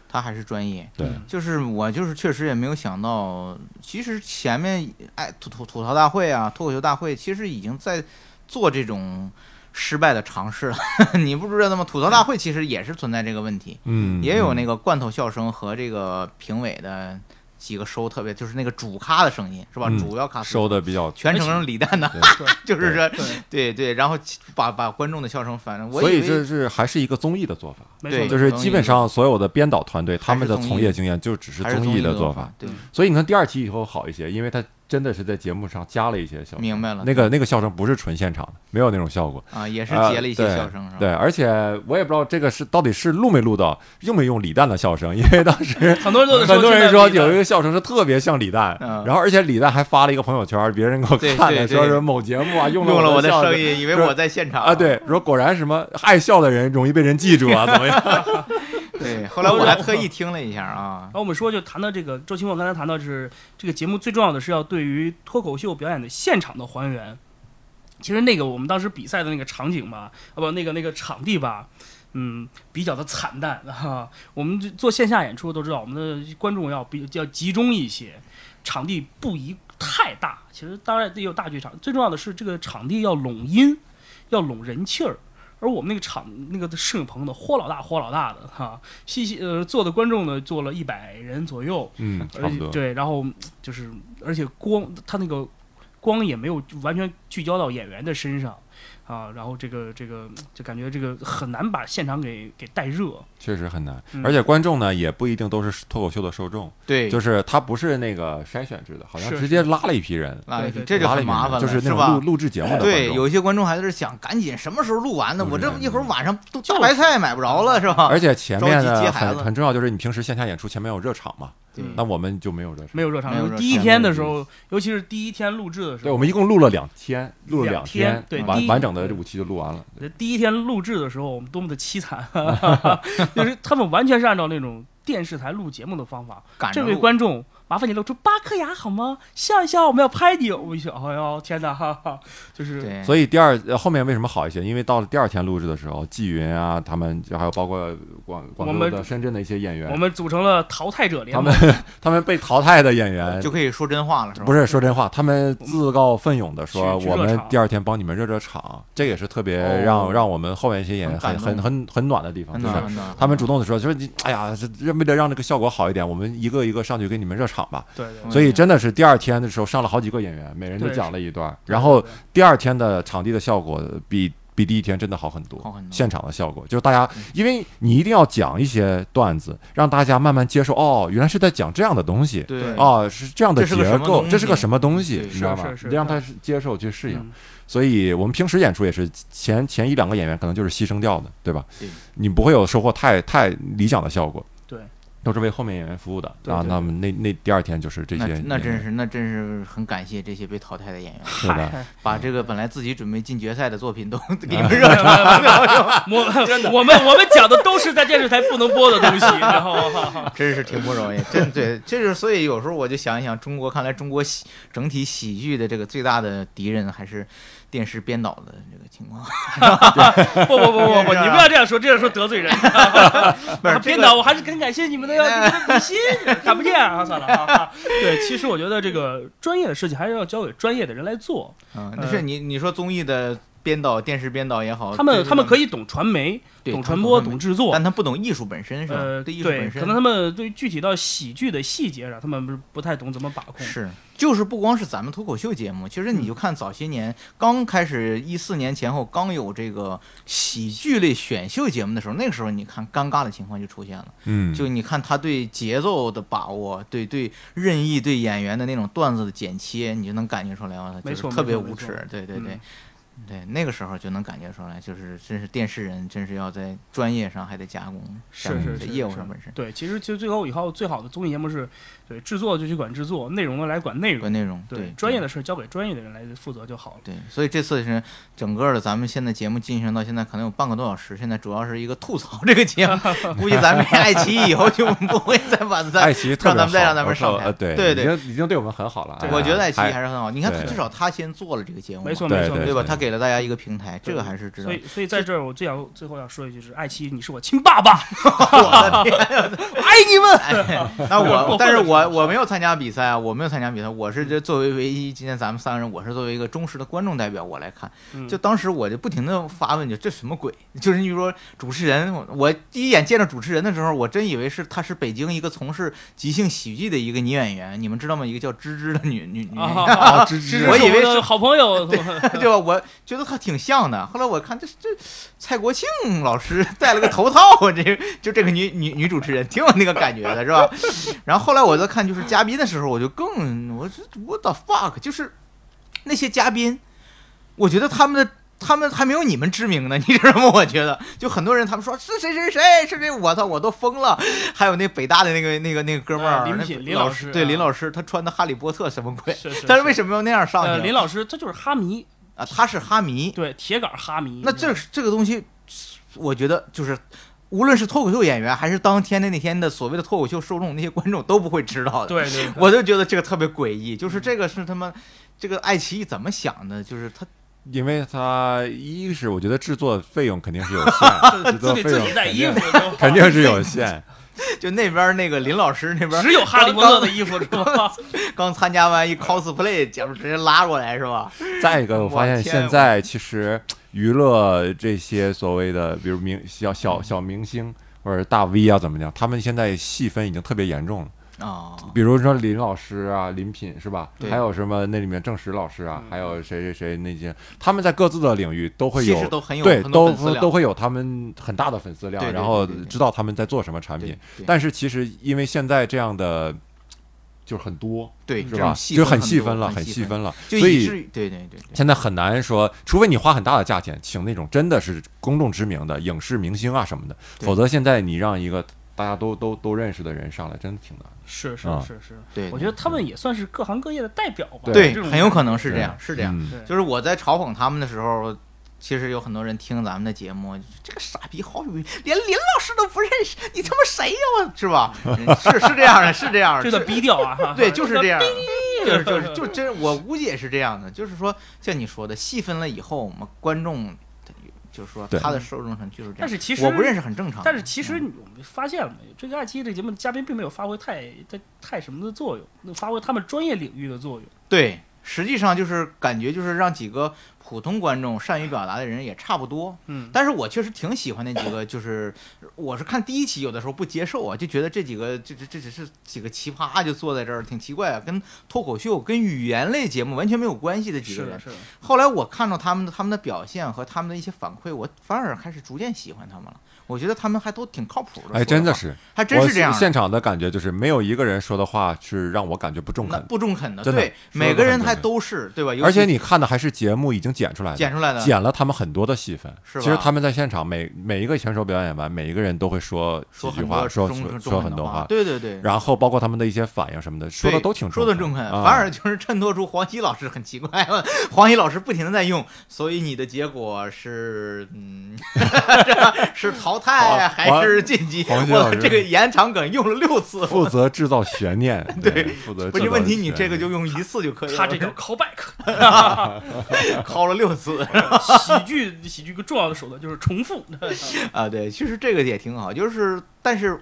[SPEAKER 1] 他还是专业。
[SPEAKER 3] 对
[SPEAKER 2] 嗯
[SPEAKER 1] 就是我就是确实也没有想到，其实前面哎吐吐吐槽大会啊，脱口秀大会，其实已经在做这种失败的尝试了。 (laughs) 你不知道吗？吐槽大会其实也是存在这个问题，
[SPEAKER 3] 嗯，
[SPEAKER 1] 也有
[SPEAKER 3] 嗯
[SPEAKER 1] 那个罐头笑声和这个评委的几个收特别，就是那个主咖的声音是吧？
[SPEAKER 3] 嗯
[SPEAKER 1] 主要咖
[SPEAKER 3] 收的比较，
[SPEAKER 1] 全程是李诞的，
[SPEAKER 2] 对
[SPEAKER 1] (laughs) 就是说
[SPEAKER 2] 对，
[SPEAKER 1] 对对，然后把把观众的笑声反正我
[SPEAKER 3] 所
[SPEAKER 1] 以
[SPEAKER 3] 以
[SPEAKER 1] 为
[SPEAKER 3] 这是还是一个综艺的做法，
[SPEAKER 2] 没
[SPEAKER 1] 对
[SPEAKER 2] 错，
[SPEAKER 3] 就是基本上所有的编导团队他们的
[SPEAKER 1] 还是综艺
[SPEAKER 3] 从业经验就只是
[SPEAKER 1] 还是
[SPEAKER 3] 综艺
[SPEAKER 1] 的
[SPEAKER 3] 的做法，，嗯
[SPEAKER 1] 对，
[SPEAKER 3] 所以你看第二期以后好一些，因为他真的是在节目上加了一些笑声，
[SPEAKER 1] 明白了
[SPEAKER 3] 那个那个笑声不是纯现场的，没有那种效果。
[SPEAKER 1] 啊，也是
[SPEAKER 3] 啊
[SPEAKER 1] 截了一些
[SPEAKER 3] 对
[SPEAKER 1] 笑声，是吧？
[SPEAKER 3] 对，而且我也不知道这个是到底是录没录到，用没用李诞的笑声，因为当时
[SPEAKER 2] 很多
[SPEAKER 1] (laughs)
[SPEAKER 2] 人都
[SPEAKER 3] 很多人说有一
[SPEAKER 2] 一
[SPEAKER 3] 个笑声是特别像李诞，
[SPEAKER 1] 嗯
[SPEAKER 3] 然后而且李诞还发了一个朋友圈，别人给我
[SPEAKER 1] 对
[SPEAKER 3] 看
[SPEAKER 1] 对
[SPEAKER 3] 的，
[SPEAKER 1] 对
[SPEAKER 3] 说是某节目啊用
[SPEAKER 1] 用了我的
[SPEAKER 3] 笑
[SPEAKER 1] 声
[SPEAKER 3] 声
[SPEAKER 1] 音，以为
[SPEAKER 3] 说
[SPEAKER 1] 我在现场
[SPEAKER 3] 啊，对，说果然什么爱笑的人容易被人记住
[SPEAKER 1] (laughs)
[SPEAKER 3] 啊，怎么样？
[SPEAKER 1] 对。后来我还特意听了一下啊
[SPEAKER 2] 然，后我们说，就谈到这个周奇墨刚才谈到是这个节目最重要的是要对于脱口秀表演的现场的还原。其实那个我们当时比赛的那个场景吧，啊不，那个那个场地吧，嗯，比较的惨淡哈、我们这做线下演出都知道，我们的观众要比要集中一些，场地不宜太大。其实当然也有大剧场，最重要的是这个场地要拢音，要拢人气儿。而我们那个场那个摄影棚的豁老大豁老大的哈、西西呃坐的观众呢坐了一百人左右，
[SPEAKER 1] (laughs)
[SPEAKER 3] 嗯，
[SPEAKER 2] 而
[SPEAKER 1] 哎
[SPEAKER 2] 且对，然后就是而且光他那个光也没有完全聚焦到演员的身上啊，然后这个这个就感觉这个很难把现场给给带热，
[SPEAKER 3] 确实很难
[SPEAKER 2] 嗯。
[SPEAKER 3] 而且观众呢也不一定都是脱口秀的受众，
[SPEAKER 1] 对，
[SPEAKER 3] 就是他不是那个筛选制的，好像
[SPEAKER 2] 是
[SPEAKER 3] 直接拉了一批人，
[SPEAKER 1] 啊
[SPEAKER 2] 对对
[SPEAKER 1] 这就
[SPEAKER 3] 拉了
[SPEAKER 1] 很
[SPEAKER 3] 一批
[SPEAKER 1] 麻烦
[SPEAKER 3] 人
[SPEAKER 1] 了，
[SPEAKER 3] 就是那种录
[SPEAKER 1] 吧？
[SPEAKER 3] 录制节目的观
[SPEAKER 1] 对，
[SPEAKER 3] 众
[SPEAKER 1] 有一些观众还在这想，赶紧什么时候录完呢？
[SPEAKER 3] 录
[SPEAKER 1] 我这
[SPEAKER 3] 制
[SPEAKER 1] 一会儿晚上都大白菜买不着了，是吧？
[SPEAKER 3] 而且前面
[SPEAKER 1] 着急接
[SPEAKER 3] 呢
[SPEAKER 1] 孩
[SPEAKER 3] 很
[SPEAKER 1] 子
[SPEAKER 3] 很重要，就是你平时线下演出前面有热场嘛，
[SPEAKER 1] 对
[SPEAKER 3] 那我们就没有热场。
[SPEAKER 2] 没有热场。
[SPEAKER 1] 没有热
[SPEAKER 2] 第一
[SPEAKER 1] 场
[SPEAKER 2] 天的时候，尤其是第一天录制的时
[SPEAKER 3] 对，
[SPEAKER 2] 候，
[SPEAKER 3] 我们一共录了两天，录了
[SPEAKER 2] 两天
[SPEAKER 3] 天，
[SPEAKER 2] 对第
[SPEAKER 3] 完
[SPEAKER 2] 一
[SPEAKER 3] 完整的这五期就录完了。
[SPEAKER 2] 第一天录制的时候，我们多么的凄惨，啊 (laughs) 就是他们完全是按照那种电视台录节目的方法，
[SPEAKER 1] 赶着
[SPEAKER 2] 这位
[SPEAKER 1] 录
[SPEAKER 2] 观众，麻烦你露出八颗牙好吗？笑一笑，我们要拍你。我一想，哎呦，天哪，哈哈，就是
[SPEAKER 1] 对，
[SPEAKER 3] 所以第二呃后面为什么好一些？因为到了第二天录制的时候，纪云啊，他们就还有包括广广州
[SPEAKER 2] 我
[SPEAKER 3] 的、
[SPEAKER 2] 们
[SPEAKER 3] 深圳的一些演
[SPEAKER 2] 我
[SPEAKER 3] 员，
[SPEAKER 2] 们组成了淘汰者联
[SPEAKER 3] 他
[SPEAKER 2] 盟
[SPEAKER 3] 们。他们被淘汰的演员
[SPEAKER 1] 就。可以说真话了，是吧？
[SPEAKER 3] 不是说真话，他们自告奋勇的说，
[SPEAKER 2] 去去
[SPEAKER 3] 我
[SPEAKER 2] 热
[SPEAKER 3] 们
[SPEAKER 2] 场嗯
[SPEAKER 3] 第二天帮你们热热场，这也是特别
[SPEAKER 1] 哦
[SPEAKER 3] 让、让我们后面一些演员
[SPEAKER 1] 很
[SPEAKER 3] 很
[SPEAKER 1] 感动
[SPEAKER 3] 很很很暖的地方，
[SPEAKER 1] 很
[SPEAKER 3] 就
[SPEAKER 2] 嗯
[SPEAKER 3] 是
[SPEAKER 1] 暖很暖，
[SPEAKER 3] 他们主动的说，说你哎呀，这这为了让这个效果好一点，我们一个一个上去给你们热场吧。
[SPEAKER 2] 对对
[SPEAKER 1] 嗯
[SPEAKER 2] 对
[SPEAKER 3] 所以真的是第二天的时候上了好几个演员，每人都
[SPEAKER 2] 对
[SPEAKER 3] 讲了一段儿，
[SPEAKER 2] 对
[SPEAKER 3] 然后
[SPEAKER 2] 对
[SPEAKER 3] 第二天的场地的效果比。比第一天真的好很多，
[SPEAKER 1] 好很嗯多
[SPEAKER 3] 现场的效果就是大家，因为你一定要讲一些段子，让大家慢慢接受，哦，原来是在讲这样的东西，
[SPEAKER 1] 对
[SPEAKER 3] 哦，是这样的
[SPEAKER 1] 这是个
[SPEAKER 3] 结
[SPEAKER 1] 什么东
[SPEAKER 3] 构，
[SPEAKER 1] 西
[SPEAKER 3] 这是个什么东西，
[SPEAKER 1] 对
[SPEAKER 3] 你知道
[SPEAKER 2] 是
[SPEAKER 3] 吗
[SPEAKER 2] 是？是
[SPEAKER 3] 让他接受去适应。
[SPEAKER 2] 嗯
[SPEAKER 3] 所以我们平时演出也是前前一两个演员可能就是牺牲掉的，对吧
[SPEAKER 1] 对？
[SPEAKER 3] 你不会有收获太太理想的效果，
[SPEAKER 2] 对，
[SPEAKER 3] 都是为后面演员服务的
[SPEAKER 2] 对
[SPEAKER 3] 啊
[SPEAKER 2] 对。
[SPEAKER 3] 那么那那第二天就是这些
[SPEAKER 1] 那
[SPEAKER 3] 演员，
[SPEAKER 1] 那真是那真是很感谢这些被淘汰的演员，
[SPEAKER 3] 是的。
[SPEAKER 1] 把这个本来自己准备进决赛的作品都 (laughs) 给你
[SPEAKER 3] (laughs)
[SPEAKER 1] 们热场。
[SPEAKER 2] 我我们我们讲的都是在电视台不能播的东西，然后
[SPEAKER 1] 真是挺不容易，真对，这就是所以有时候我就想一想，中国看来中国喜整体喜剧的这个最大的敌人还是电视编导的这个情
[SPEAKER 2] (laughs)
[SPEAKER 1] 况。
[SPEAKER 2] 不不不不不，
[SPEAKER 1] 是吧
[SPEAKER 2] 你不要这样说，这样说得罪人。
[SPEAKER 1] 不是
[SPEAKER 2] 啊编导，，我还是很感谢你们的，你们的比心，看不见啊，算了啊。啊对，其实我觉得这个专业的事情还是要交给专业的人来做，
[SPEAKER 1] 这个嗯，那是你你说综艺的编导、电视编导也好，
[SPEAKER 2] 他们他们可
[SPEAKER 1] 以
[SPEAKER 2] 以懂传媒、
[SPEAKER 1] 对
[SPEAKER 2] 懂传播、
[SPEAKER 1] 他们
[SPEAKER 2] 懂制作
[SPEAKER 1] 但，他不懂艺术本身是吧？
[SPEAKER 2] 呃，
[SPEAKER 1] 对艺术本身，
[SPEAKER 2] 可能他们对具体到喜剧的细节上，他们不是不太懂怎么嗯把控。
[SPEAKER 1] 是，就是不光是咱们脱口秀节目，其实你就看早些年刚开始一四年前后刚有这个喜剧类选秀节目的时候，那个时候你看尴尬的情况就出现了。
[SPEAKER 3] 嗯，
[SPEAKER 1] 就你看他对节奏的把握，对对任意对演员的那种段子的剪切，你就能感觉出来，哇
[SPEAKER 2] 没
[SPEAKER 1] 就是
[SPEAKER 2] 错
[SPEAKER 1] 特
[SPEAKER 2] 没
[SPEAKER 1] 别
[SPEAKER 2] 错没
[SPEAKER 1] 无
[SPEAKER 2] 错
[SPEAKER 1] 耻。对对
[SPEAKER 2] 嗯
[SPEAKER 1] 对。对，那个时候就能感觉出来，就是真是电视人，真是要在专业上还得加工，
[SPEAKER 2] 是
[SPEAKER 1] 加工
[SPEAKER 2] 是
[SPEAKER 1] 在
[SPEAKER 2] 是
[SPEAKER 1] 业务
[SPEAKER 2] 是
[SPEAKER 1] 上本身，
[SPEAKER 2] 对，其实其实最后以后最好的综艺节目是，对制作就去管制作，内容的来管内容
[SPEAKER 1] 管，内容
[SPEAKER 2] 对
[SPEAKER 1] 对
[SPEAKER 2] 专
[SPEAKER 1] 对
[SPEAKER 2] 业的事儿交给专业的人来负责就好了。
[SPEAKER 1] 对，所以这次是整个的咱们现在节目进行到现在可能有半个多小时，现在主要是一个吐槽这个节目，估计咱们爱奇艺以后就不会再把
[SPEAKER 3] 爱
[SPEAKER 2] (laughs)
[SPEAKER 1] 咱。
[SPEAKER 3] 奇艺特别
[SPEAKER 1] 让
[SPEAKER 3] 好
[SPEAKER 1] 咱们再让咱们
[SPEAKER 3] 我说
[SPEAKER 1] 上台
[SPEAKER 3] 呃对
[SPEAKER 1] 对对
[SPEAKER 3] 已经已经对我们很好了。哎
[SPEAKER 1] 我觉得爱奇艺
[SPEAKER 3] 哎
[SPEAKER 1] 还是很好，你看
[SPEAKER 3] 对
[SPEAKER 1] 至少他先做了这个节目嘛，
[SPEAKER 2] 没错
[SPEAKER 3] 对
[SPEAKER 2] 没错，
[SPEAKER 3] 对
[SPEAKER 2] 没
[SPEAKER 1] 对
[SPEAKER 2] 错
[SPEAKER 1] 吧？他给了大家一个平台，这个还是知道
[SPEAKER 2] 所
[SPEAKER 1] 的。
[SPEAKER 2] 以所以在这儿我最想最后要说一句是，爱奇艺，你是我亲
[SPEAKER 1] (laughs)
[SPEAKER 2] 爸爸，
[SPEAKER 1] 我的天，爱你们！哎那
[SPEAKER 2] 哎 (laughs) 我
[SPEAKER 1] 我，但是我我没有参加比赛啊，我没有参加比赛，我是这作为唯一今天咱们三个人，我是作为一个忠实的观众代表，我来看。
[SPEAKER 2] 嗯
[SPEAKER 1] 就当时我就不停的发问，就这什么鬼？就是你说主持人，我我第一眼见到主持人的时候，我真以为是她是北京一个从事即兴喜剧的一个女演员，你们知道吗？一个叫芝芝的女女女演员。
[SPEAKER 2] 啊，
[SPEAKER 3] 哦芝芝
[SPEAKER 2] 是
[SPEAKER 1] 我以为
[SPEAKER 2] 我的
[SPEAKER 1] 是
[SPEAKER 2] 好朋
[SPEAKER 1] (laughs)
[SPEAKER 2] 友， (laughs)
[SPEAKER 1] 对吧？我觉得他挺像的。后来我看这这蔡国庆老师戴了个头套，啊这就这个女女女主持人挺有那个感觉的，是吧？ (laughs) 然后后来我在看就是嘉宾的时候，我就更我这 what the fuck，就是那些嘉宾，我觉得他们的。他们还没有你们知名呢，你知道吗？我觉得，就很多人他们说是谁谁谁是谁，我操，我都疯了。还有那北大的那个那个那个哥们儿、
[SPEAKER 2] 啊林
[SPEAKER 1] 那
[SPEAKER 2] 品林
[SPEAKER 1] 老
[SPEAKER 2] 老师
[SPEAKER 1] 对
[SPEAKER 2] 啊
[SPEAKER 1] 林老师，他穿的哈利波特什么鬼？
[SPEAKER 2] 是是
[SPEAKER 1] 他是为什么要那样上去
[SPEAKER 2] 呃
[SPEAKER 1] 啊？
[SPEAKER 2] 林老师这就是哈迷，
[SPEAKER 1] 啊，他是哈迷，
[SPEAKER 2] 对铁杆哈迷。
[SPEAKER 1] 那这这个东西，我觉得就是，无论是脱口秀演员，还是当天的那天的所谓的脱口秀受众，那些观众都不会知道的。，
[SPEAKER 2] 对对对
[SPEAKER 1] 我就觉得这个特别诡异，就是这个是他妈，这个爱奇艺怎么想的？就是他
[SPEAKER 3] 因为它一是我觉得制作费用肯定是有
[SPEAKER 1] (laughs)
[SPEAKER 3] 限，制
[SPEAKER 2] 自
[SPEAKER 3] 作
[SPEAKER 2] 己
[SPEAKER 3] 费
[SPEAKER 2] 自
[SPEAKER 3] 用
[SPEAKER 2] 己带
[SPEAKER 3] 肯
[SPEAKER 2] 衣
[SPEAKER 3] 定
[SPEAKER 2] 服就，
[SPEAKER 3] 肯定是有限。
[SPEAKER 1] 就那边那个林老师那边
[SPEAKER 2] 只有哈利波特的衣服是吧？
[SPEAKER 1] 刚参加完一 cosplay 节目，直接拉过来是吧？ (laughs)
[SPEAKER 3] 再一个，我发现
[SPEAKER 1] 我天
[SPEAKER 3] 现在其实娱乐这些所谓的，比如明小小
[SPEAKER 1] 嗯
[SPEAKER 3] 小明星或者大 V 啊，怎么讲，他们现在细分已经特别严重了。
[SPEAKER 1] 啊、
[SPEAKER 3] 比如说林老师啊，林品是吧？
[SPEAKER 1] 对嗯
[SPEAKER 3] 还有什么那里面郑石老师啊，还有谁谁谁那些，他们在各自的领域都会有，
[SPEAKER 1] 其实都很有
[SPEAKER 3] 对，
[SPEAKER 1] 很多
[SPEAKER 3] 都
[SPEAKER 1] 粉丝量
[SPEAKER 3] 都会有他们很大的粉丝量，
[SPEAKER 1] 对对
[SPEAKER 3] 然后
[SPEAKER 1] 对对对
[SPEAKER 3] 知道他们在做什么产
[SPEAKER 1] 对
[SPEAKER 3] 品。
[SPEAKER 1] 对
[SPEAKER 3] 但是其实因为现在这样的就是很多，
[SPEAKER 1] 对，
[SPEAKER 3] 是
[SPEAKER 1] 这
[SPEAKER 3] 吧
[SPEAKER 1] 种？细
[SPEAKER 3] 就
[SPEAKER 1] 很
[SPEAKER 3] 细
[SPEAKER 1] 多
[SPEAKER 3] 分了，
[SPEAKER 1] 很
[SPEAKER 3] 细
[SPEAKER 1] 分
[SPEAKER 3] 分了，
[SPEAKER 1] 就
[SPEAKER 3] 所
[SPEAKER 1] 以至
[SPEAKER 3] 以。
[SPEAKER 1] 于对对对对，
[SPEAKER 3] 现在很难说，除非你花很大的价钱请那种真的是公众知名的影视明星啊什么的，
[SPEAKER 1] 对
[SPEAKER 3] 否则现在你让一个大家都都都认识的人上来，真的挺难。
[SPEAKER 2] (laughs) 是是
[SPEAKER 3] 啊
[SPEAKER 2] 是是，
[SPEAKER 1] 对
[SPEAKER 2] 我觉得他们也算是各行各业的代表吧。
[SPEAKER 1] 对
[SPEAKER 2] 这种
[SPEAKER 1] 很有可能是
[SPEAKER 3] 对
[SPEAKER 1] 这样，是这样。
[SPEAKER 3] 嗯
[SPEAKER 2] 对
[SPEAKER 1] 就是我在嘲讽他们的时候，其实有很多人听咱们的节目，这个傻逼好有，连林老师都不认识，你他妈谁呀、我是
[SPEAKER 2] (laughs)
[SPEAKER 1] 吧？是是这样的，是这样的，
[SPEAKER 2] 这段
[SPEAKER 1] 是
[SPEAKER 2] 逼调啊，哈 (laughs)
[SPEAKER 1] 对，就是这。样的。就
[SPEAKER 2] 这
[SPEAKER 1] 是
[SPEAKER 2] 个
[SPEAKER 1] 就是就真，我估计也是这样的。就是说，像你说的，细分了以后，我们观众，就是说
[SPEAKER 3] 对
[SPEAKER 1] 他的受众层就是这样。
[SPEAKER 2] 但是其实
[SPEAKER 1] 我不认识啊嗯很正常。
[SPEAKER 2] 但是其实我们发现了，这个爱奇艺这节目嘉宾并没有发挥太太太什么的作用，发挥他们专业领域的作用。
[SPEAKER 1] 对，实际上就是感觉就是让几个普通观众善于表达的人也差不多。
[SPEAKER 2] 嗯，
[SPEAKER 1] 但是我确实挺喜欢那几个， (coughs) 就是我是看第一期有的时候不接受啊，就觉得这几个这这这只是几个奇葩就坐在这儿，挺奇怪啊，跟脱口秀、跟语言类节目完全没有关系的几个
[SPEAKER 2] 是的，
[SPEAKER 1] 人。
[SPEAKER 2] 是的，
[SPEAKER 1] 后来我看到他们的他们的表现和他们的一些反馈，我反而开始逐渐喜欢他们了。我觉得他们还都挺靠谱的，
[SPEAKER 3] 哎，真的
[SPEAKER 1] 说实
[SPEAKER 3] 是，
[SPEAKER 1] 话，还真
[SPEAKER 3] 我
[SPEAKER 1] 是这样的。
[SPEAKER 3] 现场的感觉就是没有一个人说的话是让我感觉不中
[SPEAKER 1] 那
[SPEAKER 3] 肯，
[SPEAKER 1] 不中肯的，
[SPEAKER 3] 真的
[SPEAKER 1] 对，
[SPEAKER 3] 说
[SPEAKER 1] 每
[SPEAKER 3] 得
[SPEAKER 1] 个
[SPEAKER 3] 很
[SPEAKER 1] 人
[SPEAKER 3] 中
[SPEAKER 1] 还
[SPEAKER 3] 肯
[SPEAKER 1] 都是对吧？尤
[SPEAKER 3] 而且
[SPEAKER 1] 其
[SPEAKER 3] 你看的还是节目已经剪出来的，
[SPEAKER 1] 剪出来的，
[SPEAKER 3] 剪了他们很多的戏份。
[SPEAKER 1] 是吧
[SPEAKER 3] 其实他们在现场每每一个选手表演完，每一个人都会说几
[SPEAKER 1] 说
[SPEAKER 3] 句
[SPEAKER 1] 很
[SPEAKER 3] 话，
[SPEAKER 1] 多
[SPEAKER 3] 说
[SPEAKER 1] 中
[SPEAKER 3] 说
[SPEAKER 1] 中
[SPEAKER 3] 说
[SPEAKER 1] 肯
[SPEAKER 3] 很
[SPEAKER 1] 的
[SPEAKER 3] 多
[SPEAKER 1] 话
[SPEAKER 3] 话，，
[SPEAKER 1] 对对对，
[SPEAKER 3] 然后包括他们的一些反应什么的，说的
[SPEAKER 1] 对
[SPEAKER 3] 都挺
[SPEAKER 1] 说的中肯，
[SPEAKER 3] 啊
[SPEAKER 1] 反而就是衬托出黄西老师很奇怪了。黄西老师不停的在用，所以你的结果是嗯， (laughs) 是淘汰啊
[SPEAKER 3] 黄
[SPEAKER 1] 还是晋级？
[SPEAKER 3] 黄西
[SPEAKER 1] 我
[SPEAKER 3] 老师
[SPEAKER 1] 这个延长梗用了六次，
[SPEAKER 3] (laughs) 负责制造悬
[SPEAKER 1] (laughs)
[SPEAKER 3] 念，
[SPEAKER 1] 对
[SPEAKER 3] 负责制造
[SPEAKER 1] 不是问题，你
[SPEAKER 3] 悬
[SPEAKER 1] 这个
[SPEAKER 3] 念
[SPEAKER 1] 就用一次就可以了。
[SPEAKER 2] 他
[SPEAKER 1] (laughs)
[SPEAKER 2] 这叫 callback。
[SPEAKER 1] 敲了六次 (laughs)
[SPEAKER 2] 喜剧，喜剧一个重要的手段就是重复。
[SPEAKER 1] 啊， (laughs) 对，其实这个也挺好，就是但是。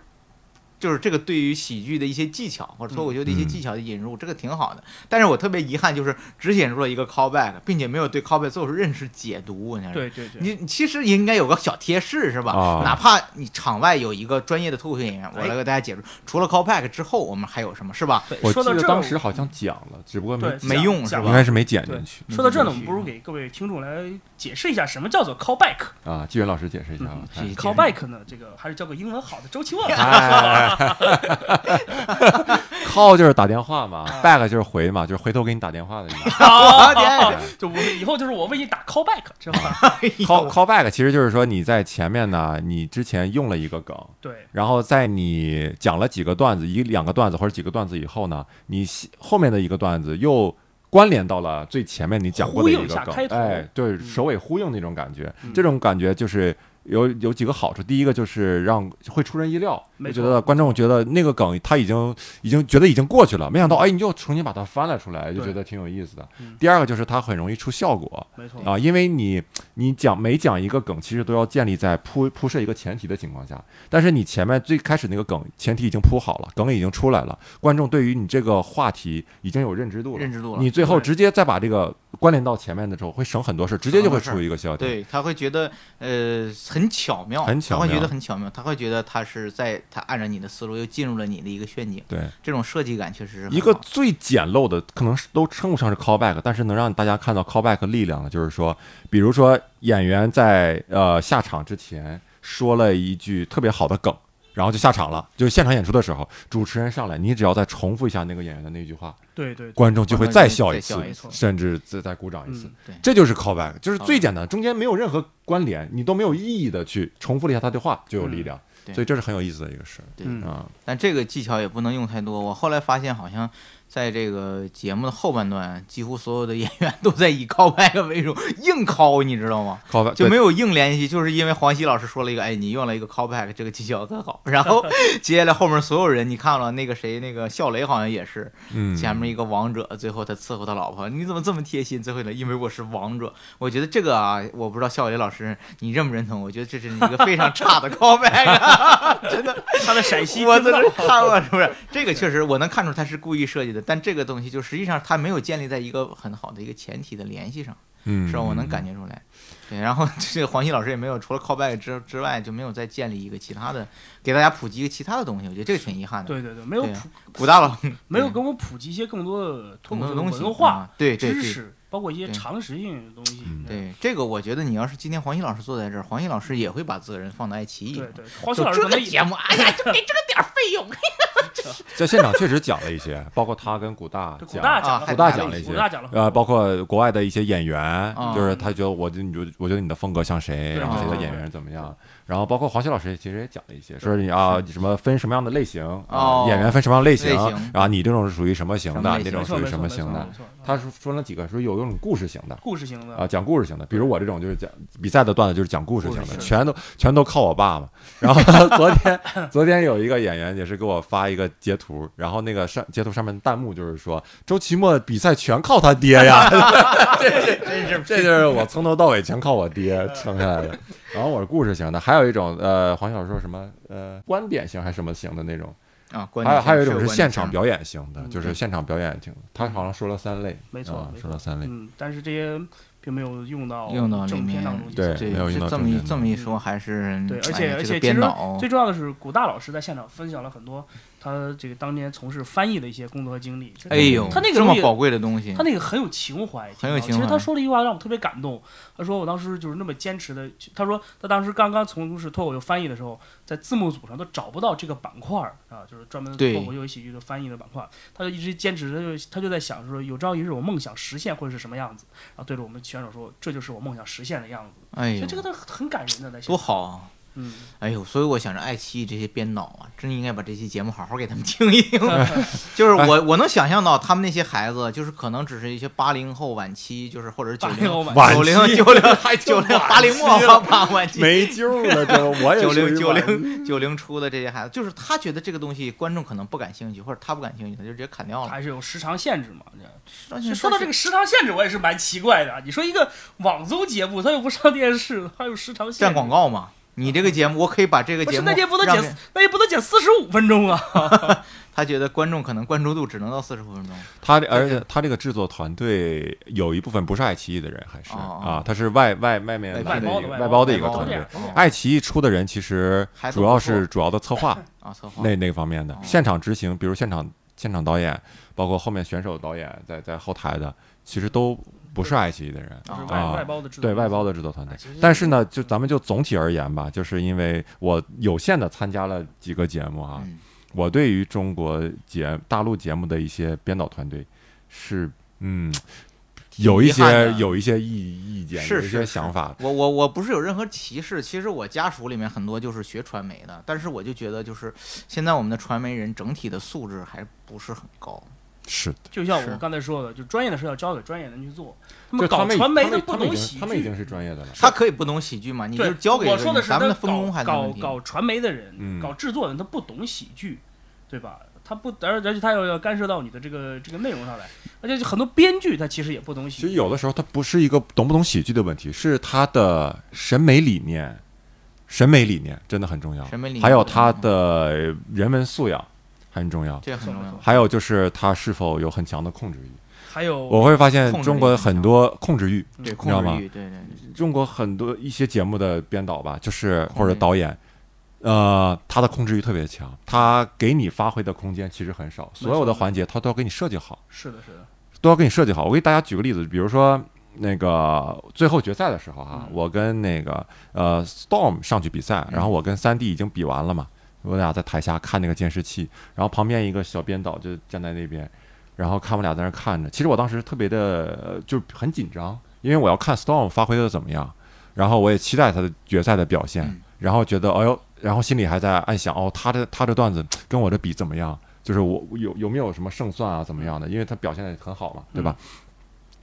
[SPEAKER 1] 就是这个对于喜剧的一些技巧或者脱口秀的一些
[SPEAKER 3] 嗯
[SPEAKER 1] 技巧的引入，这个挺好的。但是我特别遗憾，就是只引入了一个 callback，并且没有对 callback 做出认识解读。你看
[SPEAKER 2] 对对对，
[SPEAKER 1] 你你其实也应该有个小贴士是吧？
[SPEAKER 3] 啊
[SPEAKER 1] 哪怕你场外有一个专业的脱口秀演员，我
[SPEAKER 2] 哎
[SPEAKER 1] 来给大家解释，除了 callback 之后，我们还有什么是吧？
[SPEAKER 2] 对，
[SPEAKER 3] 我
[SPEAKER 2] 说到
[SPEAKER 3] 记
[SPEAKER 2] 这
[SPEAKER 3] 得
[SPEAKER 2] 儿，
[SPEAKER 3] 当时好像讲了，只不过没
[SPEAKER 2] 对
[SPEAKER 1] 没用
[SPEAKER 2] 讲
[SPEAKER 1] 是
[SPEAKER 3] 应
[SPEAKER 1] 吧嗯
[SPEAKER 3] 该是没剪进
[SPEAKER 2] 对
[SPEAKER 3] 去
[SPEAKER 2] 说到这儿呢，我
[SPEAKER 1] 没
[SPEAKER 2] 们不如给各位听众来解释一下什么叫做 callback。
[SPEAKER 3] 啊。纪元老师解释一下吧
[SPEAKER 2] 嗯，
[SPEAKER 3] 哎
[SPEAKER 1] 是
[SPEAKER 2] callback 呢，这个还是交给英文好的
[SPEAKER 1] (laughs)
[SPEAKER 2] 周奇
[SPEAKER 3] 哎
[SPEAKER 2] 旺。啊
[SPEAKER 3] 哎
[SPEAKER 1] 嗯
[SPEAKER 3] 哎 call (laughs) 就是打电话嘛，back
[SPEAKER 1] 嗯
[SPEAKER 3] 就是回嘛，就是回头给你打电话的意
[SPEAKER 1] (laughs) 哎
[SPEAKER 3] 思。
[SPEAKER 1] 啊
[SPEAKER 3] 啊
[SPEAKER 2] 好，
[SPEAKER 1] 天
[SPEAKER 2] 就我以后就是我为你打 callback，知道吧？
[SPEAKER 1] 哎
[SPEAKER 3] (laughs) call callback 其实就是说你在前面呢，你之前用了一个梗，
[SPEAKER 2] (laughs) 对，
[SPEAKER 3] 然后在你讲了几个段子，一两个段子或者几个段子以后呢，你西后面的一个段子又关联到了最前面你讲过的一
[SPEAKER 2] 呼应一
[SPEAKER 3] 个
[SPEAKER 2] 下
[SPEAKER 3] 梗
[SPEAKER 2] 开，头
[SPEAKER 3] 哎，对，
[SPEAKER 2] 嗯
[SPEAKER 3] 首尾呼应那种感觉，
[SPEAKER 2] 嗯
[SPEAKER 3] 这种感觉就是。有有几个好处，第一个就是让会出人意料，
[SPEAKER 2] 没
[SPEAKER 3] 我
[SPEAKER 2] 错
[SPEAKER 3] 觉得观众觉得那个梗他已经已经觉得已经过去了，没想到哎你又重新把它翻了出来，就
[SPEAKER 2] 对
[SPEAKER 3] 觉得挺有意思的
[SPEAKER 2] 嗯。
[SPEAKER 3] 第二个就是它很容易出效果，
[SPEAKER 2] 没错，
[SPEAKER 1] 嗯
[SPEAKER 3] 啊，因为你你讲每讲一个梗，其实都要建立在铺铺设一个前提的情况下，但是你前面最开始那个梗前提已经铺好了，梗已经出来了，观众对于你这个话题已经有认知度了，
[SPEAKER 1] 认知度了
[SPEAKER 3] 你最后
[SPEAKER 2] 对
[SPEAKER 3] 直接再把这个关联到前面的时候，会省很多事，直接就会
[SPEAKER 1] 省很
[SPEAKER 3] 出
[SPEAKER 1] 多
[SPEAKER 3] 一个笑点。
[SPEAKER 1] 对他会觉得呃很巧妙，
[SPEAKER 3] 很巧
[SPEAKER 1] 他会觉
[SPEAKER 3] 妙
[SPEAKER 1] 得很巧妙，他会觉得他是在他按照你的思路又进入了你的一个陷阱，
[SPEAKER 3] 对
[SPEAKER 1] 这种设计感确实是很
[SPEAKER 3] 一个
[SPEAKER 1] 好
[SPEAKER 3] 最简陋的，可能是都称不上是 callback，但是能让大家看到 callback 力量的，就是说，比如说演员在呃下场之前说了一句特别好的梗，然后就下场了，就是现场演出的时候，主持人上来，你只要再重复一下那个演员的那句话，
[SPEAKER 2] 对对，对
[SPEAKER 3] 观众就会
[SPEAKER 1] 观众就会
[SPEAKER 3] 再笑
[SPEAKER 1] 再
[SPEAKER 3] 一
[SPEAKER 1] 笑
[SPEAKER 3] 次
[SPEAKER 1] 一次，嗯
[SPEAKER 3] 甚至再再鼓掌一次。
[SPEAKER 2] 嗯
[SPEAKER 1] 对
[SPEAKER 3] 这就是 callback，就是最简单，中间没有任何关联，你都没有意义的去重复了一下他的话，就有力量。
[SPEAKER 1] 嗯对
[SPEAKER 3] 所以这是很有意思的一个事儿
[SPEAKER 1] 对
[SPEAKER 2] 嗯，
[SPEAKER 3] 啊、
[SPEAKER 1] 但这个技巧也不能用太多。我后来发现，好像在这个节目的后半段，几乎所有的演员都在以 callback 为主，硬 call，你知道吗？
[SPEAKER 3] c a l l b a c k
[SPEAKER 1] 就没有硬联系，就是因为黄西老师说了一个，哎，你用了一个 callback，这个技巧特好。然
[SPEAKER 2] (laughs)
[SPEAKER 1] 后接下来后面所有人，你看了那个谁，那个笑雷好像也是，
[SPEAKER 3] 嗯
[SPEAKER 1] 前面一个王者，最后他伺候他老婆，你怎么这么贴心？最后呢，因为我是王者，我觉得这个啊，我不知道笑雷老师你认不认同？我觉得这是一个非常差的 callback，真啊
[SPEAKER 2] (laughs)
[SPEAKER 1] 的。
[SPEAKER 2] 他在陕
[SPEAKER 1] (laughs)
[SPEAKER 2] 西
[SPEAKER 1] 我
[SPEAKER 2] 真
[SPEAKER 1] 在
[SPEAKER 2] 的
[SPEAKER 1] 这看过，是不是？这个确实我能看出他是故意设计的，但这个东西就实际上它没有建立在一个很好的一个前提的联系上，
[SPEAKER 3] 嗯，
[SPEAKER 1] 是吧？我能
[SPEAKER 3] 嗯
[SPEAKER 1] 感觉出来。对，然后 (laughs) 这个黄西老师也没有，除了 callback 之之外，就没有再建立一个其他的，给大家普及一个其他的东西。我觉得这个挺遗憾的。，
[SPEAKER 2] 对对对，没有
[SPEAKER 1] 对
[SPEAKER 2] 普
[SPEAKER 1] 古大佬
[SPEAKER 2] 没有给我们普及一些更多的脱
[SPEAKER 1] 很
[SPEAKER 2] 口
[SPEAKER 1] 多
[SPEAKER 2] 秀
[SPEAKER 1] 东西
[SPEAKER 2] 文化、
[SPEAKER 1] 啊对对
[SPEAKER 2] 知
[SPEAKER 1] 对。
[SPEAKER 2] 识，包括一些
[SPEAKER 1] 对
[SPEAKER 2] 常识性的东西。
[SPEAKER 3] 嗯
[SPEAKER 1] 对这个，我觉得你要是今天黄西老师坐在这儿，黄西老师也会把责任放到爱奇艺。
[SPEAKER 2] 对对，黄旭
[SPEAKER 1] 就
[SPEAKER 2] 老师
[SPEAKER 1] 这
[SPEAKER 2] 可能
[SPEAKER 1] 个
[SPEAKER 2] 也
[SPEAKER 1] 节目，哎呀，就给这个点儿费
[SPEAKER 3] (laughs)
[SPEAKER 1] 用，
[SPEAKER 3] 在现场确实讲了一些，包括他跟古大
[SPEAKER 2] 对
[SPEAKER 3] 讲，
[SPEAKER 2] 古大讲
[SPEAKER 1] 啊
[SPEAKER 2] 了，
[SPEAKER 1] 古大
[SPEAKER 3] 讲了一些
[SPEAKER 2] 古大讲了很多，
[SPEAKER 3] 呃，包括国外的一些演员，
[SPEAKER 1] 嗯
[SPEAKER 3] 就是他觉得我就你就我觉得你的风格像谁，
[SPEAKER 2] 对
[SPEAKER 3] 然后谁的演员是怎么样，然后包括黄西老师其实也讲了一些，说你啊什么分什么样的类型，
[SPEAKER 1] 哦
[SPEAKER 3] 啊演员分什么样的类型啊
[SPEAKER 1] 类型，
[SPEAKER 3] 然后你这种是属于什么型
[SPEAKER 1] 什么
[SPEAKER 3] 的，
[SPEAKER 1] 类
[SPEAKER 3] 那
[SPEAKER 1] 型
[SPEAKER 3] 种
[SPEAKER 2] 没错
[SPEAKER 3] 属于
[SPEAKER 2] 没
[SPEAKER 3] 什
[SPEAKER 2] 错
[SPEAKER 3] 么
[SPEAKER 2] 没错
[SPEAKER 3] 型的
[SPEAKER 2] 没，错，
[SPEAKER 3] 他说说了几个，说有那种故事型的。
[SPEAKER 2] 故事型的
[SPEAKER 3] 啊，讲故事型的，比如我这种就是讲比赛的段子，就是讲故事型
[SPEAKER 1] 故
[SPEAKER 3] 的，
[SPEAKER 1] 事型
[SPEAKER 3] 全都全都靠我爸嘛。
[SPEAKER 1] (laughs)
[SPEAKER 3] 然后昨天昨天有一个演员也是给我发一个截图，然后那个上截图上面弹幕就是说周奇墨比赛全靠他爹呀，
[SPEAKER 1] (laughs) 真是
[SPEAKER 3] 这就是我从头到尾全靠我爹
[SPEAKER 1] (laughs)
[SPEAKER 3] 撑下来的。然后我是故事型的，还有一种呃，黄小说什么呃观点型还是什么型的那种，
[SPEAKER 1] 啊，关
[SPEAKER 3] 还有
[SPEAKER 1] 键
[SPEAKER 3] 还有一种
[SPEAKER 1] 是
[SPEAKER 3] 是
[SPEAKER 1] 关
[SPEAKER 3] 现
[SPEAKER 1] 键
[SPEAKER 3] 场
[SPEAKER 1] 是
[SPEAKER 3] 表演型的，
[SPEAKER 2] 嗯
[SPEAKER 3] 就是现场表演型。他好像说了三类，
[SPEAKER 2] 没错
[SPEAKER 3] 啊
[SPEAKER 2] 没
[SPEAKER 1] 嗯
[SPEAKER 2] 错
[SPEAKER 3] 说了三类。
[SPEAKER 2] 嗯，但是这些并没有用到
[SPEAKER 1] 用到里
[SPEAKER 2] 正片
[SPEAKER 1] 面
[SPEAKER 2] 当中去。
[SPEAKER 3] 对
[SPEAKER 1] 这
[SPEAKER 3] 没有用到
[SPEAKER 1] 这
[SPEAKER 3] 正
[SPEAKER 1] 么一
[SPEAKER 3] 片
[SPEAKER 1] 这么一说，还是
[SPEAKER 2] 对，而
[SPEAKER 1] 哎
[SPEAKER 2] 且
[SPEAKER 1] 呀这
[SPEAKER 2] 而且
[SPEAKER 1] 个
[SPEAKER 2] 其实
[SPEAKER 1] 编导
[SPEAKER 2] 最重要的是，古大老师在现场分享了很多他这个当年从事翻译的一些工作和经历。这
[SPEAKER 1] 哎呦，
[SPEAKER 2] 他那个
[SPEAKER 1] 这
[SPEAKER 2] 东
[SPEAKER 1] 么
[SPEAKER 2] 西
[SPEAKER 1] 宝贵的东西，
[SPEAKER 2] 他那个很有情怀，
[SPEAKER 1] 很有
[SPEAKER 2] 听到
[SPEAKER 1] 情怀
[SPEAKER 2] 其实他说了一句话让我特别感动，他说我当时就是那么坚持的，他说他当时刚刚从事脱口秀翻译的时候，在字幕组上都找不到这个板块儿啊，就是专门
[SPEAKER 1] 对
[SPEAKER 2] 脱口秀喜剧的翻译的板块儿，他就一直坚持，他就他就在想说，有朝一日我梦想实现会是什么样子，然后对着我们选手说，这就是我梦想实现的样子，
[SPEAKER 1] 哎
[SPEAKER 2] 所
[SPEAKER 1] 呦
[SPEAKER 2] 以这个他很感人的，在
[SPEAKER 1] 多
[SPEAKER 2] 想，
[SPEAKER 1] 好啊！
[SPEAKER 2] 嗯，
[SPEAKER 1] 哎呦，所以我想着爱奇艺这些编导啊，真应该把这期节目好好给他们听一听。 (laughs) 就是
[SPEAKER 3] 哎
[SPEAKER 1] 我我能想象到他们那些孩子，就是可能只是一些八零后晚期，就是或者是九
[SPEAKER 2] 八零
[SPEAKER 1] 零
[SPEAKER 2] 后晚
[SPEAKER 3] 晚
[SPEAKER 1] 九零
[SPEAKER 3] 期
[SPEAKER 1] 九零九零八零末
[SPEAKER 3] 晚期
[SPEAKER 1] 吧
[SPEAKER 3] 了
[SPEAKER 1] 吧晚期。
[SPEAKER 3] 没救了，就我
[SPEAKER 1] (laughs)
[SPEAKER 3] 也
[SPEAKER 1] 九
[SPEAKER 3] 属
[SPEAKER 1] 零
[SPEAKER 3] 于
[SPEAKER 1] 九
[SPEAKER 3] 晚
[SPEAKER 1] 零九零初的这些孩子，就是他觉得这个东西观众可能不感兴趣，或者他不感兴趣，他就直接砍掉了。
[SPEAKER 2] 还是有时长限制嘛，
[SPEAKER 1] (laughs)
[SPEAKER 2] 这样。
[SPEAKER 1] 但
[SPEAKER 2] 哎是
[SPEAKER 1] 是
[SPEAKER 2] 说到这个，时长限制，我也是蛮奇怪的啊。你说一个网综节目，它又不上电视，它有时长限制，
[SPEAKER 1] 占广告嘛？你这个节目，我可以把这个
[SPEAKER 2] 不
[SPEAKER 1] 节
[SPEAKER 2] 是
[SPEAKER 1] 目
[SPEAKER 2] 那也不能
[SPEAKER 1] 让
[SPEAKER 2] 剪，那也不能剪四十五分钟啊。
[SPEAKER 1] 他觉得观众可能关注度只能到四十五分钟。
[SPEAKER 3] 他这而且他这个制作团队有一部分不是爱奇艺的人，还是
[SPEAKER 1] 哦哦
[SPEAKER 3] 啊，他是外外外面来
[SPEAKER 1] 外
[SPEAKER 3] 的
[SPEAKER 2] 包
[SPEAKER 3] 一
[SPEAKER 2] 的
[SPEAKER 3] 个
[SPEAKER 2] 外
[SPEAKER 3] 外
[SPEAKER 2] 包
[SPEAKER 3] 包
[SPEAKER 2] 的
[SPEAKER 3] 的一个
[SPEAKER 2] 外包
[SPEAKER 3] 团
[SPEAKER 2] 的
[SPEAKER 3] 队
[SPEAKER 2] 呀。哦
[SPEAKER 3] 爱奇艺出的人其实
[SPEAKER 1] 还都
[SPEAKER 3] 主要
[SPEAKER 1] 不错
[SPEAKER 3] 是主要的策划
[SPEAKER 1] 啊，策划
[SPEAKER 3] 那那个方面的
[SPEAKER 1] 哦，
[SPEAKER 3] 现场执行，比如现场现场导演，包括后面选手导演在在后台的，其实都不是爱奇艺的人。
[SPEAKER 2] 就是外
[SPEAKER 3] 啊
[SPEAKER 2] 外包的制作，
[SPEAKER 3] 对外包的制作团队
[SPEAKER 2] 哎其实，
[SPEAKER 3] 但是呢，就咱们就总体而言吧，就是因为我有限的参加了几个节目啊，
[SPEAKER 1] 嗯
[SPEAKER 3] 我对于中国节大陆节目的一些编导团队是嗯有一
[SPEAKER 1] 遗憾
[SPEAKER 3] 些
[SPEAKER 1] 的
[SPEAKER 3] 有一些意意见，
[SPEAKER 1] 是
[SPEAKER 3] 有一
[SPEAKER 1] 是
[SPEAKER 3] 些想法。
[SPEAKER 1] 我我我不是有任何歧视，其实我家属里面很多就是学传媒的，但是我就觉得就是现在我们的传媒人整体的素质还不是很高。
[SPEAKER 3] 是的，
[SPEAKER 2] 就像
[SPEAKER 1] 是
[SPEAKER 2] 我刚才说的，就专业的事要交给专业人去做。他
[SPEAKER 3] 就
[SPEAKER 2] 们
[SPEAKER 3] 他
[SPEAKER 2] 搞
[SPEAKER 3] 们已
[SPEAKER 2] 传媒
[SPEAKER 3] 他
[SPEAKER 2] 的
[SPEAKER 3] 们
[SPEAKER 2] 不
[SPEAKER 3] 他们已
[SPEAKER 2] 懂
[SPEAKER 3] 经
[SPEAKER 2] 喜
[SPEAKER 3] 他们已
[SPEAKER 2] 剧
[SPEAKER 3] 经，是专业的了。
[SPEAKER 1] 他可以不懂喜剧嘛？你就
[SPEAKER 2] 对，
[SPEAKER 1] 交给
[SPEAKER 2] 我
[SPEAKER 1] 人
[SPEAKER 2] 说的是
[SPEAKER 1] 咱们的
[SPEAKER 2] 他
[SPEAKER 1] 分工还在
[SPEAKER 2] 搞
[SPEAKER 1] 问题。
[SPEAKER 2] 搞传媒的人，
[SPEAKER 3] 嗯
[SPEAKER 2] 搞制作人，他不懂喜剧，对吧？他不，而而且他要要干涉到你的这个这个内容上来，而且就很多编剧他其实也不懂喜
[SPEAKER 3] 其实
[SPEAKER 2] 剧，
[SPEAKER 3] 有的时候，它不是一个懂不懂喜剧的问题，是他的审美理念，审美理念真的很重要。
[SPEAKER 1] 审美理念
[SPEAKER 3] 还有他的人文素养很重要，
[SPEAKER 1] 这很重
[SPEAKER 2] 没
[SPEAKER 1] 要
[SPEAKER 2] 错。
[SPEAKER 3] 还有就是他是否有很强的控制欲。
[SPEAKER 2] 还有
[SPEAKER 3] 我会发现
[SPEAKER 1] 哦控制欲
[SPEAKER 3] 中国很多控制欲，
[SPEAKER 1] 对，
[SPEAKER 3] 知道
[SPEAKER 1] 控
[SPEAKER 3] 吗
[SPEAKER 1] 制欲，对对对，
[SPEAKER 3] 中国很多一些节目的编导吧，就是
[SPEAKER 1] 控制欲
[SPEAKER 3] 或者导演，呃，他的控制欲特别强，他给你发挥的空间其实很少，
[SPEAKER 2] 错
[SPEAKER 3] 所有的环节他都要给你设计好，
[SPEAKER 2] 是的，是的，
[SPEAKER 3] 都要给你设计好。我给大家举个例子，比如说那个最后决赛的时候哈、
[SPEAKER 2] 嗯
[SPEAKER 3] 我跟那个呃 Storm 上去比赛，然后我跟三弟已经比完了嘛，我俩在台下看那个监视器，然后旁边一个小编导就站在那边，然后看我俩在那看着。其实我当时特别的呃就很紧张，因为我要看 Storm 发挥的怎么样，然后我也期待他的决赛的表现，
[SPEAKER 1] 嗯
[SPEAKER 3] 然后觉得哎呦，然后心里还在暗想哦，他这他这段子跟我这比怎么样？就是我我有有没有什么胜算啊，怎么样的？因为他表现的很好嘛，对吧？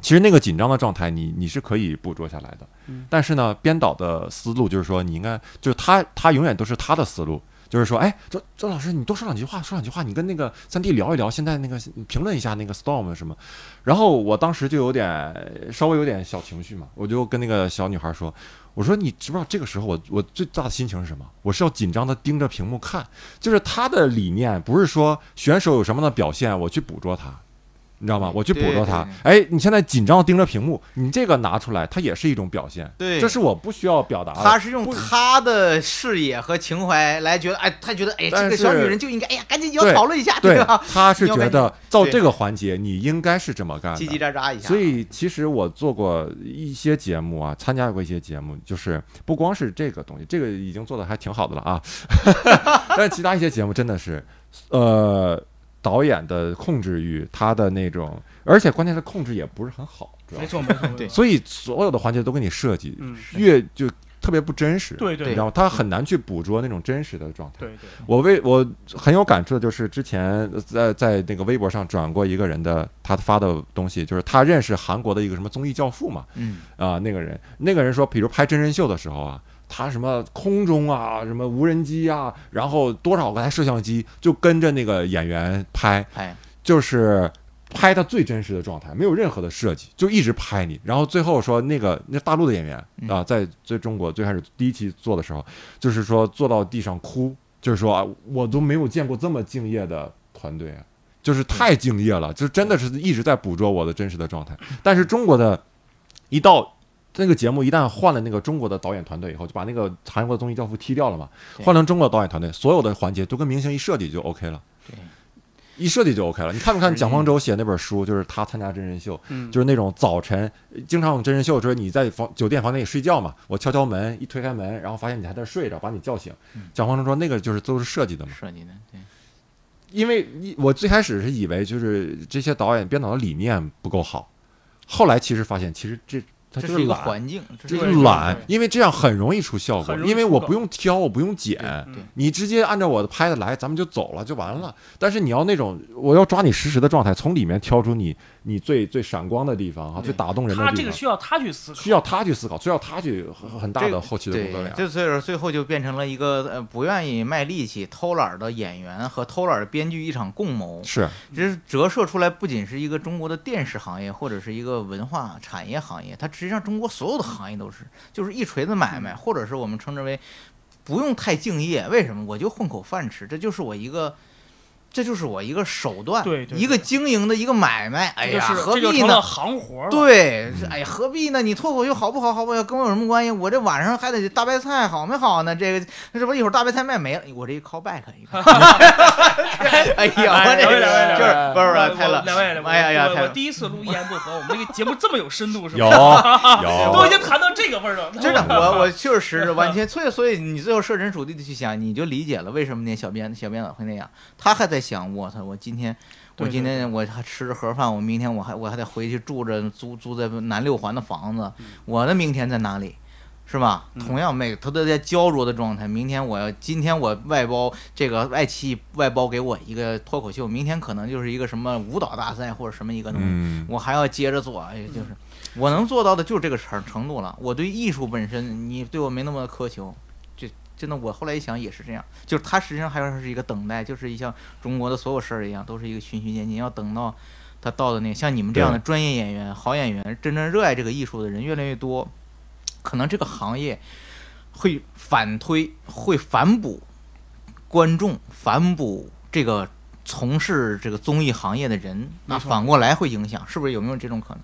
[SPEAKER 3] 其实那个紧张的状态你，你是可以捕捉下来的。
[SPEAKER 2] 嗯
[SPEAKER 3] 但是呢，编导的思路就是说，你应该就是他他永远都是他的思路，就是说，哎，周周老师，你多说两句话，说两句话，你跟那个三弟聊一聊，现在那个评论一下那个 storm 什么。然后我当时就有点稍微有点小情绪嘛，我就跟那个小女孩说。我说你知不知道这个时候我我最大的心情是什么？我是要紧张的盯着屏幕看，就是他的理念不是说选手有什么样的表现我去捕捉他，你知道吗？我去捕捉他。哎，你现在紧张地盯着屏幕，你这个拿出来，它也是一种表现。
[SPEAKER 1] 对
[SPEAKER 3] 这是我不需要表达的。
[SPEAKER 1] 他是用
[SPEAKER 3] 不
[SPEAKER 1] 他的视野和情怀来觉得，哎，他觉得，哎，
[SPEAKER 3] 但
[SPEAKER 1] 这个
[SPEAKER 3] 是
[SPEAKER 1] 小女人就应该，哎呀，赶紧要
[SPEAKER 3] 对
[SPEAKER 1] 讨论一下这
[SPEAKER 3] 对
[SPEAKER 1] 个啊，，
[SPEAKER 3] 他是觉得到
[SPEAKER 1] 对
[SPEAKER 3] 这个环节你应该是这么干
[SPEAKER 1] 叽叽
[SPEAKER 3] 的。
[SPEAKER 1] 喳喳一下。
[SPEAKER 3] 所以其实我做过一些节目啊，参加过一些节目，就是不光是这个东西，这个已经做的还挺好的了啊。 (laughs) 但其他一些节目真的是，呃，导演的控制欲，他的那种，而且关键是控制也不是很好，主要
[SPEAKER 2] 没
[SPEAKER 3] 是
[SPEAKER 2] 错，没错，没
[SPEAKER 1] 对
[SPEAKER 2] 错
[SPEAKER 3] 所以所有的环节都给你设计，
[SPEAKER 2] 嗯，
[SPEAKER 3] 越就特别不真实，
[SPEAKER 2] 对对
[SPEAKER 3] 你知道吗？他很难去捕捉那种真实的状态。
[SPEAKER 2] 对对，
[SPEAKER 3] 我为我很有感触的就是之前在在那个微博上转过一个人的他发的东西，就是他认识韩国的一个什么综艺教父嘛，
[SPEAKER 1] 嗯，
[SPEAKER 3] 啊、那个人那个人说，比如拍真人秀的时候啊。他什么空中啊，什么无人机啊，然后多少个台摄像机就跟着那个演员拍，
[SPEAKER 1] 哎，
[SPEAKER 3] 就是拍他最真实的状态，没有任何的设计，就一直拍你。然后最后说那个那大陆的演员
[SPEAKER 1] 嗯
[SPEAKER 3] 啊，在在中国最开始第一期做的时候，就是说坐到地上哭，就是说啊，我都没有见过这么敬业的团队啊，就是太敬业了，就真的是一直在捕捉我的真实的状态。但是中国的一到那个节目一旦换了那个中国的导演团队以后，就把那个韩国的综艺教父踢掉了嘛，
[SPEAKER 1] 对
[SPEAKER 3] 换成中国导演团队，所有的环节都跟明星一设计就 OK 了，
[SPEAKER 1] 对，
[SPEAKER 3] 一设计就 OK 了。你看没看
[SPEAKER 1] 是
[SPEAKER 3] 蒋方舟写那本书，就是他参加真人秀，
[SPEAKER 2] 嗯，
[SPEAKER 3] 就是那种早晨经常有真人秀，就是你在房酒店房间里睡觉嘛，我敲敲门，一推开门，然后发现你还在睡着，把你叫醒
[SPEAKER 1] 嗯。
[SPEAKER 3] 蒋方舟说那个就是都是设计的嘛，
[SPEAKER 1] 设计的，对，
[SPEAKER 3] 因为一我最开始是以为就是这些导演编导的理念不够好，后来其实发现其实这他
[SPEAKER 1] 这
[SPEAKER 3] 就是
[SPEAKER 1] 一个
[SPEAKER 3] 懒
[SPEAKER 1] 环境，这
[SPEAKER 3] 这
[SPEAKER 1] 是
[SPEAKER 3] 就
[SPEAKER 1] 一
[SPEAKER 3] 是
[SPEAKER 1] 个
[SPEAKER 3] 懒
[SPEAKER 2] 对，
[SPEAKER 3] 因为这样很容易出效果
[SPEAKER 2] 很，容易
[SPEAKER 3] 因为
[SPEAKER 2] 出
[SPEAKER 3] 我
[SPEAKER 2] 梗
[SPEAKER 3] 不用挑，我不用剪
[SPEAKER 1] 对，
[SPEAKER 2] 嗯
[SPEAKER 3] 你直接按照我的拍的来，咱们就走了就完了。但是你要那种我要抓你实时的状态，从里面挑出你你最最闪光的地方啊，
[SPEAKER 1] 对
[SPEAKER 3] 最打动人的
[SPEAKER 2] 他这
[SPEAKER 3] 地
[SPEAKER 2] 个
[SPEAKER 3] 方，
[SPEAKER 2] 需要他去思考，
[SPEAKER 3] 需要他去思考，需要他去很很大的后期的工作
[SPEAKER 1] 对，
[SPEAKER 3] 量。
[SPEAKER 1] 就所以说最后就变成了一个呃不愿意卖力气、偷懒儿的演员和偷懒儿的编剧一场共谋。
[SPEAKER 3] 是
[SPEAKER 1] 这
[SPEAKER 2] 嗯
[SPEAKER 1] 是折射出来，不仅是一个中国的电视行业，或者是一个文化产业行业，它实际上中国所有的行业都是，就是一锤子买
[SPEAKER 2] 嗯
[SPEAKER 1] 卖，或者是我们称之为不用太敬业。为什么？我就混口饭吃，这就是我一个。这就是我一个手段，
[SPEAKER 2] 对对对
[SPEAKER 1] 一个经营的一个买卖。哎
[SPEAKER 2] 这就
[SPEAKER 1] 呀，
[SPEAKER 2] 是
[SPEAKER 1] 何
[SPEAKER 2] 这就
[SPEAKER 1] 必
[SPEAKER 2] 成
[SPEAKER 1] 呢
[SPEAKER 2] 了？行活
[SPEAKER 1] 哎
[SPEAKER 2] 了。
[SPEAKER 1] 对
[SPEAKER 3] 嗯，
[SPEAKER 1] 哎呀，何必呢？你脱口秀好不好？好不好？跟我有什么关系？我这晚上还得大白菜好没好呢？这个这不一会儿大白菜卖没了，我这一 call back 一个，哎呀，我这个就是不是不
[SPEAKER 2] 两位两位两位我
[SPEAKER 1] 是太
[SPEAKER 2] 我
[SPEAKER 1] 冷，
[SPEAKER 2] 两位，
[SPEAKER 1] 哎呀呀
[SPEAKER 2] 我
[SPEAKER 1] 太
[SPEAKER 2] 我
[SPEAKER 1] 冷，
[SPEAKER 2] 第一次录一言不合，我们这个节目这么有深度是
[SPEAKER 3] 有
[SPEAKER 1] (laughs)
[SPEAKER 2] 吧？都已
[SPEAKER 3] 有
[SPEAKER 2] 经谈到这个味儿了，
[SPEAKER 1] 真的，
[SPEAKER 2] (laughs)
[SPEAKER 1] 我我确实完全，所以所以你最后设身处地的去想，你就理解了为什么那小编小编老会那样，他还在想，我操，我今天。我
[SPEAKER 2] 对
[SPEAKER 1] 今天我还吃着盒饭，我明天我还我还得回去住着租租在南六环的房子，我的明天在哪里，是吧？
[SPEAKER 2] 嗯
[SPEAKER 1] 同样每他都在焦灼的状态。明天我要今天我外包这个爱奇艺外包给我一个脱口秀，明天可能就是一个什么舞蹈大赛或者什么一个东西，
[SPEAKER 3] 嗯，
[SPEAKER 1] 我还要接着做，哎，就是我能做到的就是这个程程度了。我对艺术本身，你对我没那么苛求，就真的我后来一想也是这样，就是它实际上还是一个等待，就是一像中国的所有事儿一样，都是一个循序渐进，要等到他到的那个像你们这样的专业演员、好演员，真正热爱这个艺术的人越来越多，可能这个行业会反推，会反哺观众，反哺这个从事这个综艺行业的人，那
[SPEAKER 2] 没错
[SPEAKER 1] 反过来会影响，是不是有没有这种可能？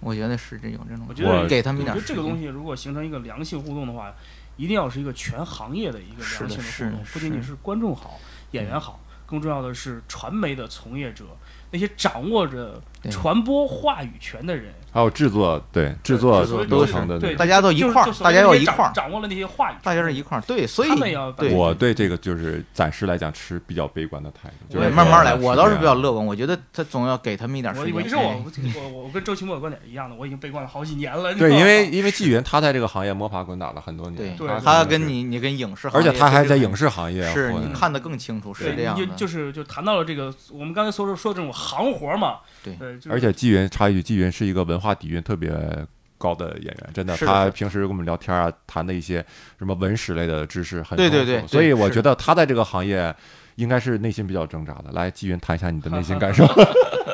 [SPEAKER 1] 我觉得是这有这种可能，
[SPEAKER 2] 我觉得
[SPEAKER 1] 给他们
[SPEAKER 2] 我
[SPEAKER 1] 一
[SPEAKER 2] 觉
[SPEAKER 1] 点
[SPEAKER 2] 得这个
[SPEAKER 1] 时
[SPEAKER 2] 东
[SPEAKER 1] 间
[SPEAKER 2] 西如果形成一个良性互动的话，一定要是一个全行业的一个
[SPEAKER 1] 是
[SPEAKER 2] 良
[SPEAKER 1] 的
[SPEAKER 2] 性
[SPEAKER 1] 是
[SPEAKER 2] 的
[SPEAKER 1] 的
[SPEAKER 2] 互动，不
[SPEAKER 1] 是嗯
[SPEAKER 2] 仅仅是观众好、演员好，更重要的是传媒的从业者，那些掌握着
[SPEAKER 1] 对
[SPEAKER 2] 传播话语权的人，
[SPEAKER 3] 还有制作对制作
[SPEAKER 1] 制作
[SPEAKER 3] 流
[SPEAKER 1] 都
[SPEAKER 2] 是
[SPEAKER 3] 程的
[SPEAKER 2] 对
[SPEAKER 3] 那
[SPEAKER 1] 大家都一块
[SPEAKER 2] 就
[SPEAKER 1] 儿，
[SPEAKER 2] 是
[SPEAKER 1] 大家要一
[SPEAKER 2] 掌
[SPEAKER 1] 块儿，
[SPEAKER 2] 掌握了那些话语权，
[SPEAKER 1] 大家是一块儿，对，所以
[SPEAKER 2] 他们要把
[SPEAKER 1] 对
[SPEAKER 2] 这
[SPEAKER 3] 我对这个就是暂时来讲持比较悲观的态度，就
[SPEAKER 1] 对
[SPEAKER 3] 是
[SPEAKER 1] 慢慢来，
[SPEAKER 3] 说
[SPEAKER 1] 我倒是
[SPEAKER 3] 这
[SPEAKER 1] 比较
[SPEAKER 3] 样
[SPEAKER 1] 乐观，我觉得他总要给他们一点时
[SPEAKER 2] 我
[SPEAKER 1] 间。
[SPEAKER 2] 我其实我
[SPEAKER 1] 哎
[SPEAKER 2] 我我我跟周奇墨的观点是一样的，我已经悲观了好几年了。你知
[SPEAKER 3] 对，
[SPEAKER 2] 道吗
[SPEAKER 3] 因为因为纪云他在这个行业摸爬滚打了很多
[SPEAKER 1] 对
[SPEAKER 3] 年，
[SPEAKER 2] 对
[SPEAKER 3] 他
[SPEAKER 1] 他
[SPEAKER 3] 可能
[SPEAKER 1] 跟
[SPEAKER 3] 是，
[SPEAKER 1] 你你跟影视行
[SPEAKER 3] 而
[SPEAKER 1] 业
[SPEAKER 3] 且
[SPEAKER 1] 真正，
[SPEAKER 3] 他还在影视行业
[SPEAKER 1] 是
[SPEAKER 3] 混
[SPEAKER 1] 你看得更清楚，
[SPEAKER 2] 对
[SPEAKER 1] 是这样
[SPEAKER 2] 你
[SPEAKER 1] 的
[SPEAKER 2] 就。就是就谈到了这个，我们刚才所说说这种行活嘛，
[SPEAKER 1] 对
[SPEAKER 2] 呃，就是
[SPEAKER 3] 而且纪云插一句，纪云是一个文化底蕴特别高的演员，真的，
[SPEAKER 1] 是的
[SPEAKER 3] 他
[SPEAKER 1] 是的
[SPEAKER 3] 平时跟我们聊天啊，谈的一些什么文史类的知识很
[SPEAKER 1] 对对
[SPEAKER 3] 丰富
[SPEAKER 1] 对对
[SPEAKER 3] 所以我
[SPEAKER 1] 是的
[SPEAKER 3] 觉得他在这个行业应该是内心比较挣扎的。来，纪云谈一下你的内心感受。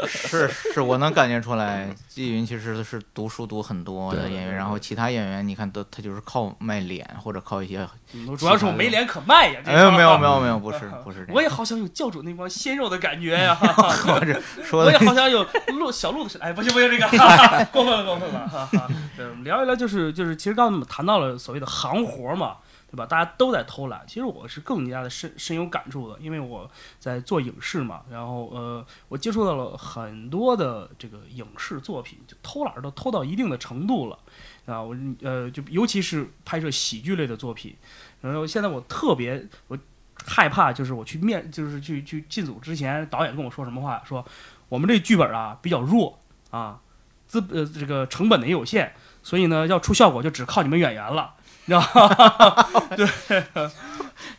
[SPEAKER 1] 是是，我能感觉出来，季云其实是读书读很多的
[SPEAKER 3] 对
[SPEAKER 1] 演员，然后其他演员你看都他就是靠卖脸或者靠一些，
[SPEAKER 2] 嗯主要是我没脸可卖呀。
[SPEAKER 1] (laughs)
[SPEAKER 2] 这
[SPEAKER 1] 哎呦没有没
[SPEAKER 2] (laughs) 有，
[SPEAKER 1] 有没有，不是不是这
[SPEAKER 2] 我
[SPEAKER 1] 样，
[SPEAKER 2] 也好想有教主那帮鲜肉的感觉呀，
[SPEAKER 1] 我这说
[SPEAKER 2] 我也
[SPEAKER 1] 的
[SPEAKER 2] 好 (laughs) 想有鹿小鹿的身。哎，不行不行，这个哈哈过分了过分了。哈哈。对，我们聊一聊就是就是，其实刚才我们谈到了所谓的行活嘛。对吧？大家都在偷懒，其实我是更加的深深有感触的，因为我在做影视嘛，然后呃，我接触到了很多的这个影视作品，就偷懒儿都偷到一定的程度了啊！我呃，就尤其是拍摄喜剧类的作品，然后现在我特别我害怕，就是我去面，就是去去进组之前，导演跟我说什么话，说我们这剧本啊比较弱啊，资呃这个成本的也有限，所以呢要出效果就只靠你们演员了。你知道吗？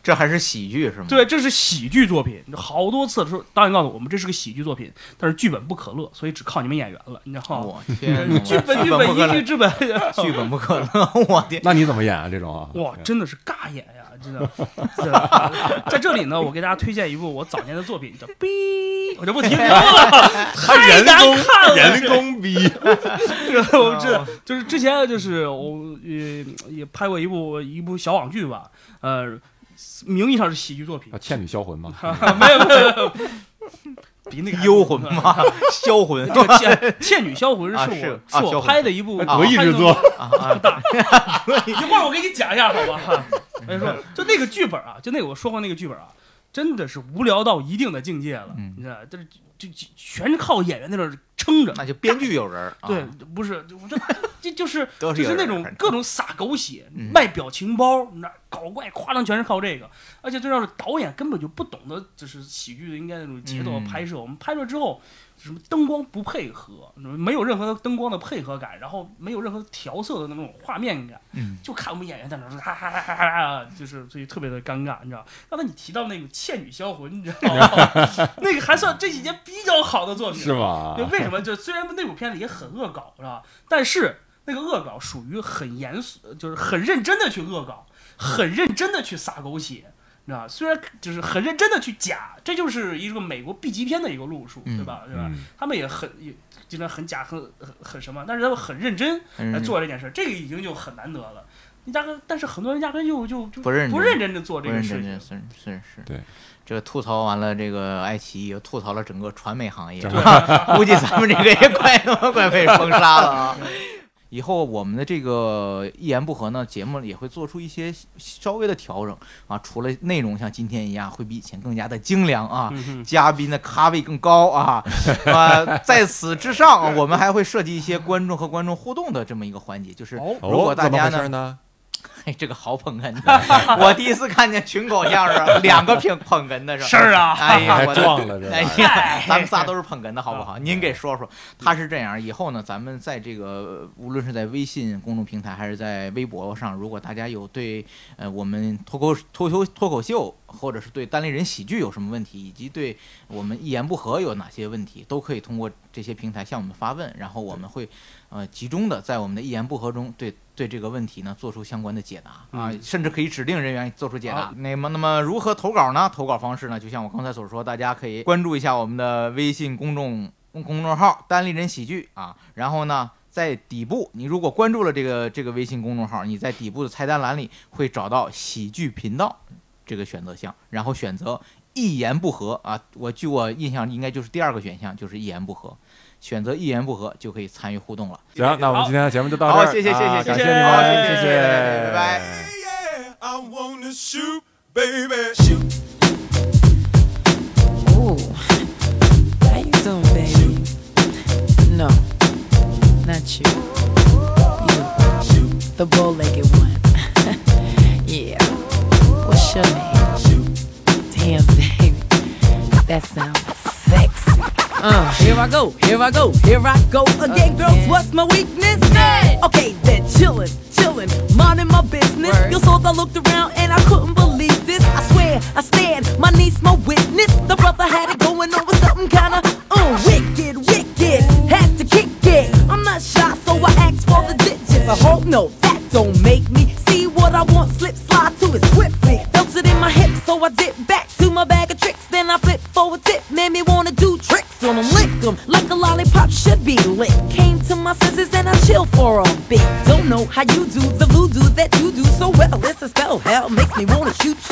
[SPEAKER 1] 这还是喜剧是吗？
[SPEAKER 2] 对，这是喜剧作品，好多次说导演告诉我们这是个喜剧作品，但是剧本不可乐，所以只靠你们演员了，你知道吗？
[SPEAKER 1] 我天哪，我
[SPEAKER 2] (laughs) 剧本
[SPEAKER 1] 剧
[SPEAKER 2] 剧
[SPEAKER 1] 本不可
[SPEAKER 2] 本一句
[SPEAKER 1] 乐， (laughs)
[SPEAKER 2] 之本，
[SPEAKER 1] 剧本不
[SPEAKER 2] (laughs)
[SPEAKER 1] 可乐，我天，
[SPEAKER 3] (laughs) 那你怎么演啊？这种啊？
[SPEAKER 2] 哇，真的是尬演呀，
[SPEAKER 1] (laughs)
[SPEAKER 2] 真的。真的在这里呢，我给大家推荐一部我早年的作品，叫《哔》，我就不提
[SPEAKER 1] 哎
[SPEAKER 2] 名了， (laughs) 太难看了。
[SPEAKER 3] 人工 (laughs) 逼，
[SPEAKER 2] (laughs) 这个我知道，
[SPEAKER 1] 啊
[SPEAKER 2] 就是之前就是我呃也拍过一部一部小网剧吧，呃，名义上是喜剧作品
[SPEAKER 3] 啊，倩女销魂嘛。
[SPEAKER 2] 没有没有没有，比那个还
[SPEAKER 1] 幽魂吗？
[SPEAKER 2] (laughs)
[SPEAKER 1] 销魂
[SPEAKER 2] 这个《倩女销魂》
[SPEAKER 1] 啊
[SPEAKER 2] 是
[SPEAKER 1] 是
[SPEAKER 2] 我
[SPEAKER 1] 啊
[SPEAKER 2] 我
[SPEAKER 1] 销魂
[SPEAKER 2] 拍的一部
[SPEAKER 3] 得意之作，
[SPEAKER 1] 啊啊！
[SPEAKER 2] 一会儿我给你讲一下，好吧？我跟你说，就那个剧本啊，就那个我说过那个剧本啊，真的是无聊到一定的境界了。
[SPEAKER 1] 嗯
[SPEAKER 2] 你知道，这是就就全是靠演员在那儿撑着。
[SPEAKER 1] 那就编剧有人儿，啊
[SPEAKER 2] 对，不是，就我这 (laughs) 这就是
[SPEAKER 1] 都是有
[SPEAKER 2] 就是那
[SPEAKER 1] 人
[SPEAKER 2] 种
[SPEAKER 1] 反正
[SPEAKER 2] 各种撒狗血、
[SPEAKER 1] 嗯
[SPEAKER 2] 卖表情包、那搞怪、夸张，全是靠这个。而且最重要是导演根本就不懂得，就是喜剧的应该那种节奏和
[SPEAKER 1] 嗯
[SPEAKER 2] 拍摄。我们拍出来之后，什么灯光不配合，没有任何的灯光的配合感，然后没有任何调色的那种画面感，
[SPEAKER 1] 嗯
[SPEAKER 2] 就看我们演员在那儿哈哈哈哈哈哈，就是所以特别的尴尬，你知道？刚才你提到那个《倩女销魂》，你知道吗？ (laughs) 那个还算这几年比较好的作品，
[SPEAKER 3] 是
[SPEAKER 1] 啊
[SPEAKER 3] 吗
[SPEAKER 2] 对，？为什么？就虽然那部片子也很恶搞，是吧？但是那个恶搞属于很严肃，就是很认真的去恶搞，
[SPEAKER 1] 嗯
[SPEAKER 2] 很认真的去撒狗血，你知道吧？虽然就是很认真的去假，这就是一个美国 B 级片的一个路数，
[SPEAKER 1] 嗯
[SPEAKER 2] 对吧？对吧？
[SPEAKER 3] 嗯，
[SPEAKER 2] 他们也很也经常很假，很很很什么，但是他们很认真
[SPEAKER 1] 但
[SPEAKER 2] 来
[SPEAKER 1] 是
[SPEAKER 2] 哎做这件事，这个已经就很难得了。你压根，但是很多人压根就就就
[SPEAKER 1] 不认真
[SPEAKER 2] 不认真的做
[SPEAKER 1] 不
[SPEAKER 2] 这个
[SPEAKER 1] 认
[SPEAKER 2] 事
[SPEAKER 1] 真
[SPEAKER 2] 情
[SPEAKER 1] 真，是是是，
[SPEAKER 3] 对，
[SPEAKER 1] 这个吐槽完了这个爱奇艺，又吐槽了整个传媒行业
[SPEAKER 3] 整，
[SPEAKER 1] 估计咱们这个也快快被封杀了啊。以后我们的这个一言不合呢，节目也会做出一些稍微的调整啊，除了内容像今天一样，会比以前更加的精良啊，
[SPEAKER 2] 嗯哼
[SPEAKER 1] 嘉宾的咖位更高啊，呃，在此之上，啊我们还会设计一些观众和观众互动的这么一个环节，就是
[SPEAKER 2] 哦
[SPEAKER 1] 如果
[SPEAKER 3] 哦
[SPEAKER 1] 大
[SPEAKER 3] 怎么
[SPEAKER 1] 家
[SPEAKER 3] 回
[SPEAKER 1] 呢
[SPEAKER 3] 事呢？
[SPEAKER 1] 嘿， (laughs) 这个好捧哏的， (laughs) 我第一次看见群口相声，啊两个捧捧哏的是吧？
[SPEAKER 2] 是
[SPEAKER 1] (laughs)
[SPEAKER 2] 啊
[SPEAKER 1] 哎呀，
[SPEAKER 3] 还
[SPEAKER 1] 我的
[SPEAKER 3] 撞了这
[SPEAKER 1] 哎
[SPEAKER 3] 玩意儿，
[SPEAKER 1] 呀，咱们仨都是捧哏的好不好？您给说说，他是这样。以后呢，咱们在这个无论是在微信公众平台还是在微博上，如果大家有对呃我们脱口脱口脱口秀，或者是对单立人喜剧有什么问题，以及对我们一言不合有哪些问题，都可以通过这些平台向我们发问，然后我们会呃集中的在我们的一言不合中对。对这个问题呢，做出相关的解答啊
[SPEAKER 2] 嗯，
[SPEAKER 1] 甚至可以指定人员做出解答
[SPEAKER 2] 好。
[SPEAKER 1] 那么，那么如何投稿呢？投稿方式呢，就像我刚才所说，大家可以关注一下我们的微信公众公众号“单立人喜剧”啊，然后呢。在底部，你如果关注了这个这个微信公众号，你在底部的菜单栏里会找到喜剧频道这个选择项，然后选择一言不合啊。我据我印象，应该就是第二个选项，就是一言不合。选择一言不合就可以参与互动了。
[SPEAKER 3] 行，那我们今天的节目就到这
[SPEAKER 1] 好，
[SPEAKER 3] 儿，
[SPEAKER 1] 谢谢谢
[SPEAKER 3] 啊
[SPEAKER 1] 谢
[SPEAKER 3] 感
[SPEAKER 1] 谢
[SPEAKER 3] 谢你
[SPEAKER 1] 好
[SPEAKER 3] 们，
[SPEAKER 1] 谢谢谢谢，拜拜。
[SPEAKER 4] yeah, I wanna shoot, baby, shoot.
[SPEAKER 5] Ooh, how you doing, baby? No, not you. You, the bow-legged one. (laughs) yeah. What's your name? Damn, baby, that sounds sexy. Uh, here I go, here I go, here I go again, girls. What's my weakness? Okay, then chillin', chillin', minding my business. You saw I looked around and I couldn't believe this. I swear, I stand, my niece, my witness. The brother had it going on with something kinda uh, wicked, wicked. Had to kick it. I'm not shy, so I asked for the digits. I hope no, that don't make me see what I want. Slip, slide to it swiftly. Felt it in my hips, so I dip back to my bag of tricks. Then I flip for a tip, made me wanna do tricks on 'em, lick 'em like a lollipop should be lick. Came to my senses and I chill for a bit. Don't know how you do the voodoo that you do so well. It's a spell, hell makes me wanna shoot